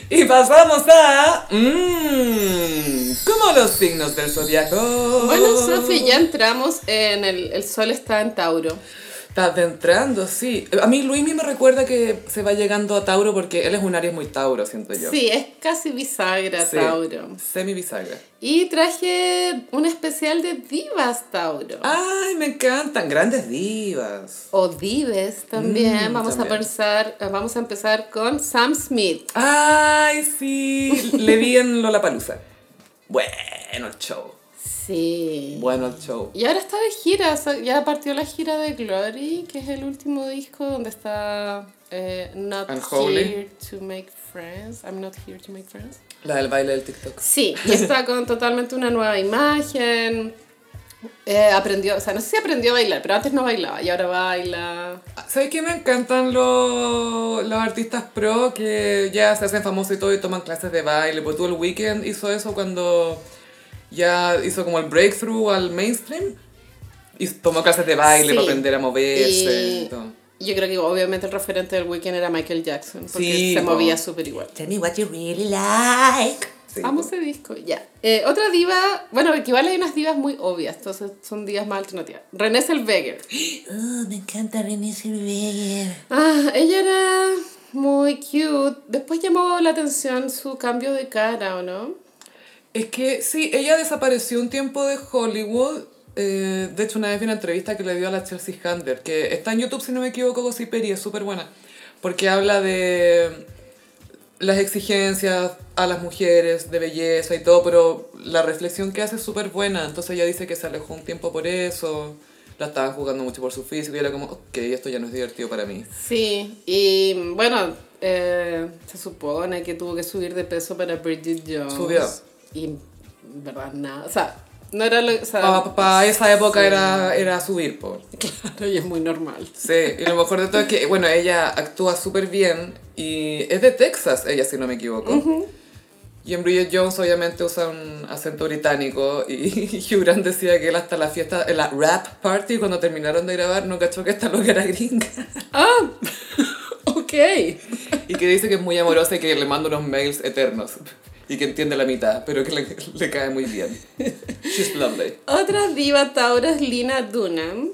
Y pasamos a... Mmm, como los signos del zodiaco.
Oh.
Bueno, Sofi, ya entramos en el, el sol está en Tauro.
Está adentrando, sí. A mí Luismi me recuerda que se va llegando a Tauro porque él es un Aries muy Tauro, siento yo.
Sí, es casi bisagra
Sí.
Tauro.
Semi bisagra.
Y traje un especial de divas Tauro.
Ay, me encantan, grandes divas.
O dives también.
Mm,
vamos
también.
a pensar, eh, vamos a empezar con Sam Smith.
Ay, sí, le vi en Lollapalooza. Bueno el show,
Sí.
bueno el show.
Y ahora está de gira, o sea, ya partió la gira de Glory, que es el último disco donde está eh, Not
Unholy.
Here to Make Friends. I'm not here to make friends.
La del baile del TikTok.
Sí, y está con totalmente una nueva imagen. Eh, aprendió, o sea, no sé si aprendió a bailar, pero antes no bailaba y ahora baila.
¿Sabes qué me encantan los, los artistas pro que ya se hacen famosos y todo y toman clases de baile? Porque tú el weekend hizo eso cuando ya hizo como el breakthrough al mainstream Ah, y tomó clases de baile
Sí.
para aprender a moverse y,
Y
todo.
yo creo que obviamente el referente del weekend era Michael Jackson, porque
Sí,
se
po.
movía súper igual.
Tell me what you really like.
Sí.
Amo ese disco, ya. Eh, otra diva, bueno, porque igual hay unas divas muy obvias, entonces son divas más alternativas. René Zellweger.
Oh, me encanta René Zellweger.
Ah, ella era muy cute. Después llamó la atención su cambio de cara, ¿o no?
Es que sí, ella desapareció un tiempo de Hollywood. eh, de hecho, una vez vi una entrevista que le dio a la Chelsea Handler, que está en YouTube, si no me equivoco, Gossiperi, es súper buena. Porque habla de las exigencias a las mujeres, de belleza y todo, pero la reflexión que hace es súper buena. Entonces ella dice que se alejó un tiempo por eso, la estaban jugando mucho por su físico y era como, ok, esto ya no es divertido para mí.
Sí, y bueno, eh, se supone que tuvo que subir de peso para Bridget Jones.
Subió.
Y en verdad nada, o sea, no era lo o sea,
Para esa época
sí.
era, era subir, por.
Claro, y es muy normal.
Sí, y lo mejor de todo es que, bueno, ella actúa súper bien y es de Texas, ella, si no me equivoco. Y en Bridget Jones obviamente usa un acento británico y Hugh Grant decía que él hasta la fiesta, en la rap party, cuando terminaron de grabar, no cachó que esta loca era gringa.
Ah, ok.
Y que dice que es muy amorosa y que le manda unos mails eternos. Y que entiende la mitad, pero que le, le cae muy bien. She's lovely.
Otra diva Tauro es Lina Dunham,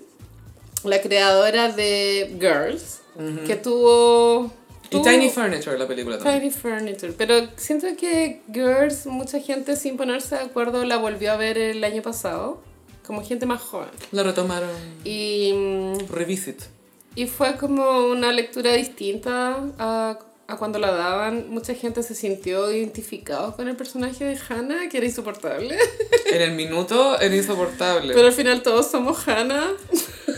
la creadora de Girls, que tuvo...
Y
tuvo-
Tiny Furniture, la película también.
Tiny Furniture, pero siento que Girls, mucha gente sin ponerse de acuerdo la volvió a ver el año pasado, como gente más joven.
La retomaron.
Y, mm,
Revisit.
y fue como una lectura distinta a, a cuando la daban. Mucha gente se sintió identificado con el personaje de Hannah, que era insoportable.
En el minuto era insoportable.
Pero al final todos somos Hannah.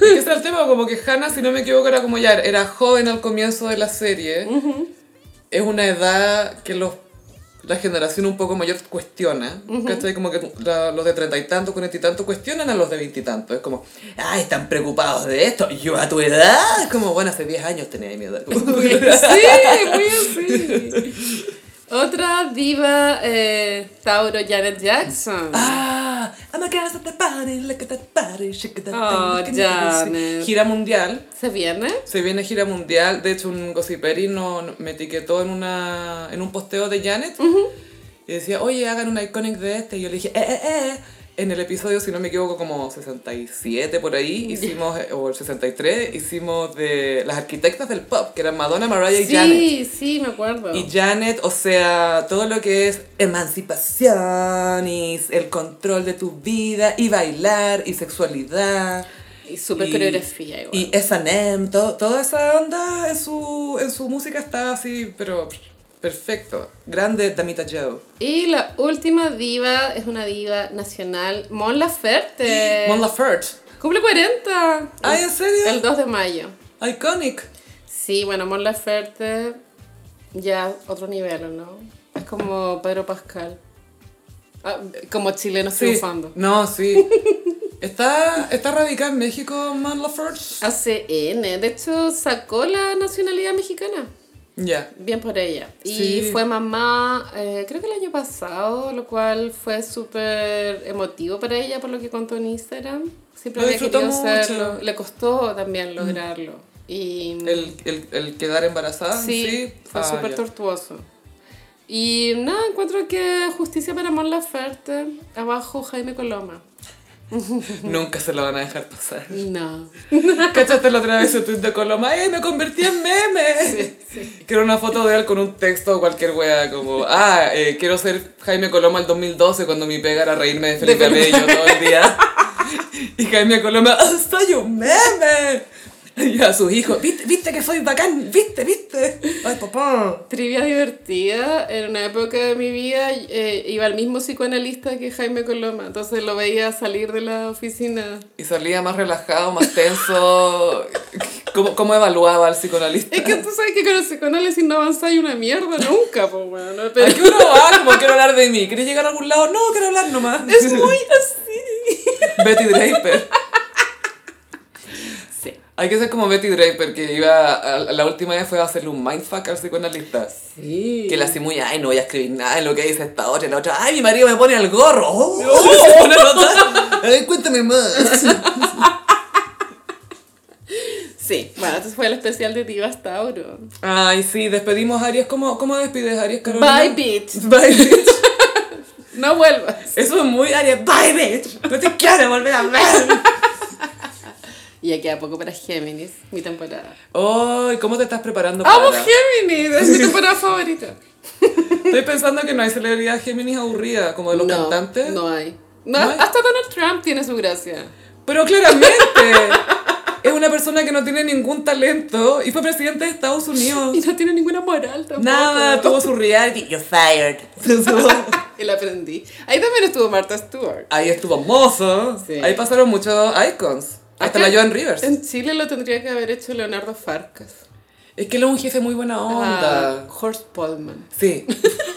Y ese es el tema, como que Hannah, si no me equivoco, era como ya, era joven al comienzo de la serie. Es una edad que los, la generación un poco mayor cuestiona. ¿Cachai? Como que la- los de treinta y tantos, cuarenta y tantos cuestionan a los de veintitantos. Es como,
Ay, están preocupados de esto. Yo a tu edad.
ah, es como, bueno, hace 10 años tenía mi edad. Como-
Sí, muy así. Otra diva eh, Tauro Janet Jackson.
Ah, I'm a girl at the party, look at that party, shake that
Oh,
thing, look at that thing.
Janet.
gira mundial.
¿Se viene?
Se viene gira mundial, de hecho un gossiperi no, no- me etiquetó en, una, en un posteo de Janet y decía, oye, hagan un iconic de este. Y yo le dije, eh, eh, eh, en el episodio, si no me equivoco, como 67 por ahí, hicimos, eh, o el 63, hicimos de las arquitectas del pop, que eran Madonna, Mariah y Janet.
Sí, sí, me acuerdo.
Y Janet, o sea, todo lo que es emancipación y el control de tu vida y bailar y sexualidad.
Y super
y-
coreografía igual.
Y S&M, to- toda esa onda en su, en su música está así, pero perfecto. Grande Damita Joe.
Y la última diva es una diva nacional, Mon Laferte.
Mon Laferte.
Cumple 40.
Ay, Ah, ¿en serio?
El 2 de mayo.
Iconic.
Sí, bueno, Mon Laferte ya otro nivel, ¿o ¿no? Es como Pedro Pascal. Ah, como chileno
Sí.
triunfando.
No, sí. Está, está radicada en México Mon Laferte.
ACN, de hecho sacó la nacionalidad mexicana.
Ya.
Bien por ella. Y
Sí.
fue mamá, eh, creo que el año pasado, lo cual fue súper emotivo para ella, por lo que contó en Instagram. Siempre
Lo
había
disfrutó
querido
mucho. Mm.
hacerlo. Le costó también lograrlo. Y
El, el, el quedar embarazada, sí.
sí, fue
Ah,
súper
ya.
tortuoso. Y nada, encuentro que justicia para Mon Laferte, abajo Jaime Coloma.
Nunca se lo van a dejar pasar.
No.
¿Cachaste la otra vez el tweet de Coloma? ¡Ay, me convertí en meme! Que era una foto de él con un texto o cualquier wea, como, ah, eh, quiero ser Jaime Coloma el 2012 cuando mi pega era reírme de Felipe Bello todo el día. Y Jaime Coloma, "Ah, ¡soy un meme! Y a sus hijos, ¿viste, viste que soy bacán? ¿Viste, viste? ¡Ay, papá!
Trivia divertida. En una época de mi vida eh, iba al mismo psicoanalista que Jaime Coloma, entonces lo veía salir de la oficina.
Y salía más relajado, más tenso. ¿Cómo, cómo evaluaba al psicoanalista?
Es que tú sabes que con el psicoanálisis no avanzáis una mierda nunca, pues bueno. Pero
¿A qué uno va? Como quiero hablar de mí. ¿Quieres llegar a algún lado? No, quiero hablar nomás.
es muy así.
Betty Draper.
Sí.
Hay que ser como Betty Draper, que iba, a- a- la última vez fue a hacerle un mindfuck al psicoanalista.
Sí.
Que la hace muy, ay, no voy a escribir nada en lo que dice esta otra, y la otra, ay, mi marido me pone al gorro. Oh, se pone la otra. A ver, cuéntame más.
Sí. Bueno, entonces fue el especial de Divas Tauro.
Ay, sí, despedimos a Aries. ¿Cómo, cómo despides a Aries, Carolina?
Bye, bitch.
Bye, bitch.
No vuelvas.
Eso es muy Aries. Bye, bitch. No te quiero volver a ver.
Y ya queda poco para Géminis, mi temporada.
Ay, ¿cómo te estás preparando para...?
¡Amo Géminis! Es mi temporada favorita.
Estoy pensando que no hay celebridad Géminis aburrida, como de los
no,
cantantes.
No hay. No,
¿No hay?
Hasta Donald Trump tiene su gracia.
Pero claramente es una persona que no tiene ningún talento y fue presidente de Estados Unidos.
Y no tiene ninguna moral tampoco.
Nada, tuvo su reality. You're fired.
Y la aprendí. Ahí también estuvo Martha Stewart.
Ahí estuvo mozo.
Sí.
Ahí pasaron muchos icons. Hasta
Acá-
la Joan Rivers.
En Chile lo tendría que haber hecho Leonardo Farcas.
Es que él es un jefe muy buena onda.
Ah, Horst Polman.
Sí,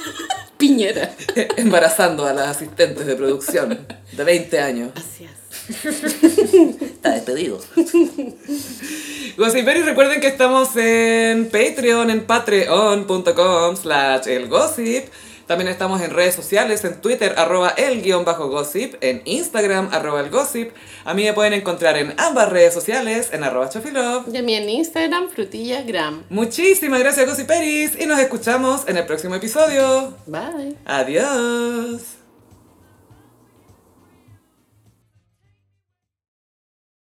Piñera.
embarazando a las asistentes de producción de 20 años.
Así es.
Está despedido. Gossiperis, recuerden que estamos en Patreon, en patreon.com slash el gossip. También estamos en redes sociales, en Twitter, arroba el guión bajo gossip, en Instagram, arroba el gossip. A mí me pueden encontrar en ambas redes sociales, en arroba chofilove.
Y a mí en Instagram, frutillagram.
Muchísimas gracias, Gossiperis, y nos escuchamos en el próximo episodio.
Bye.
Adiós.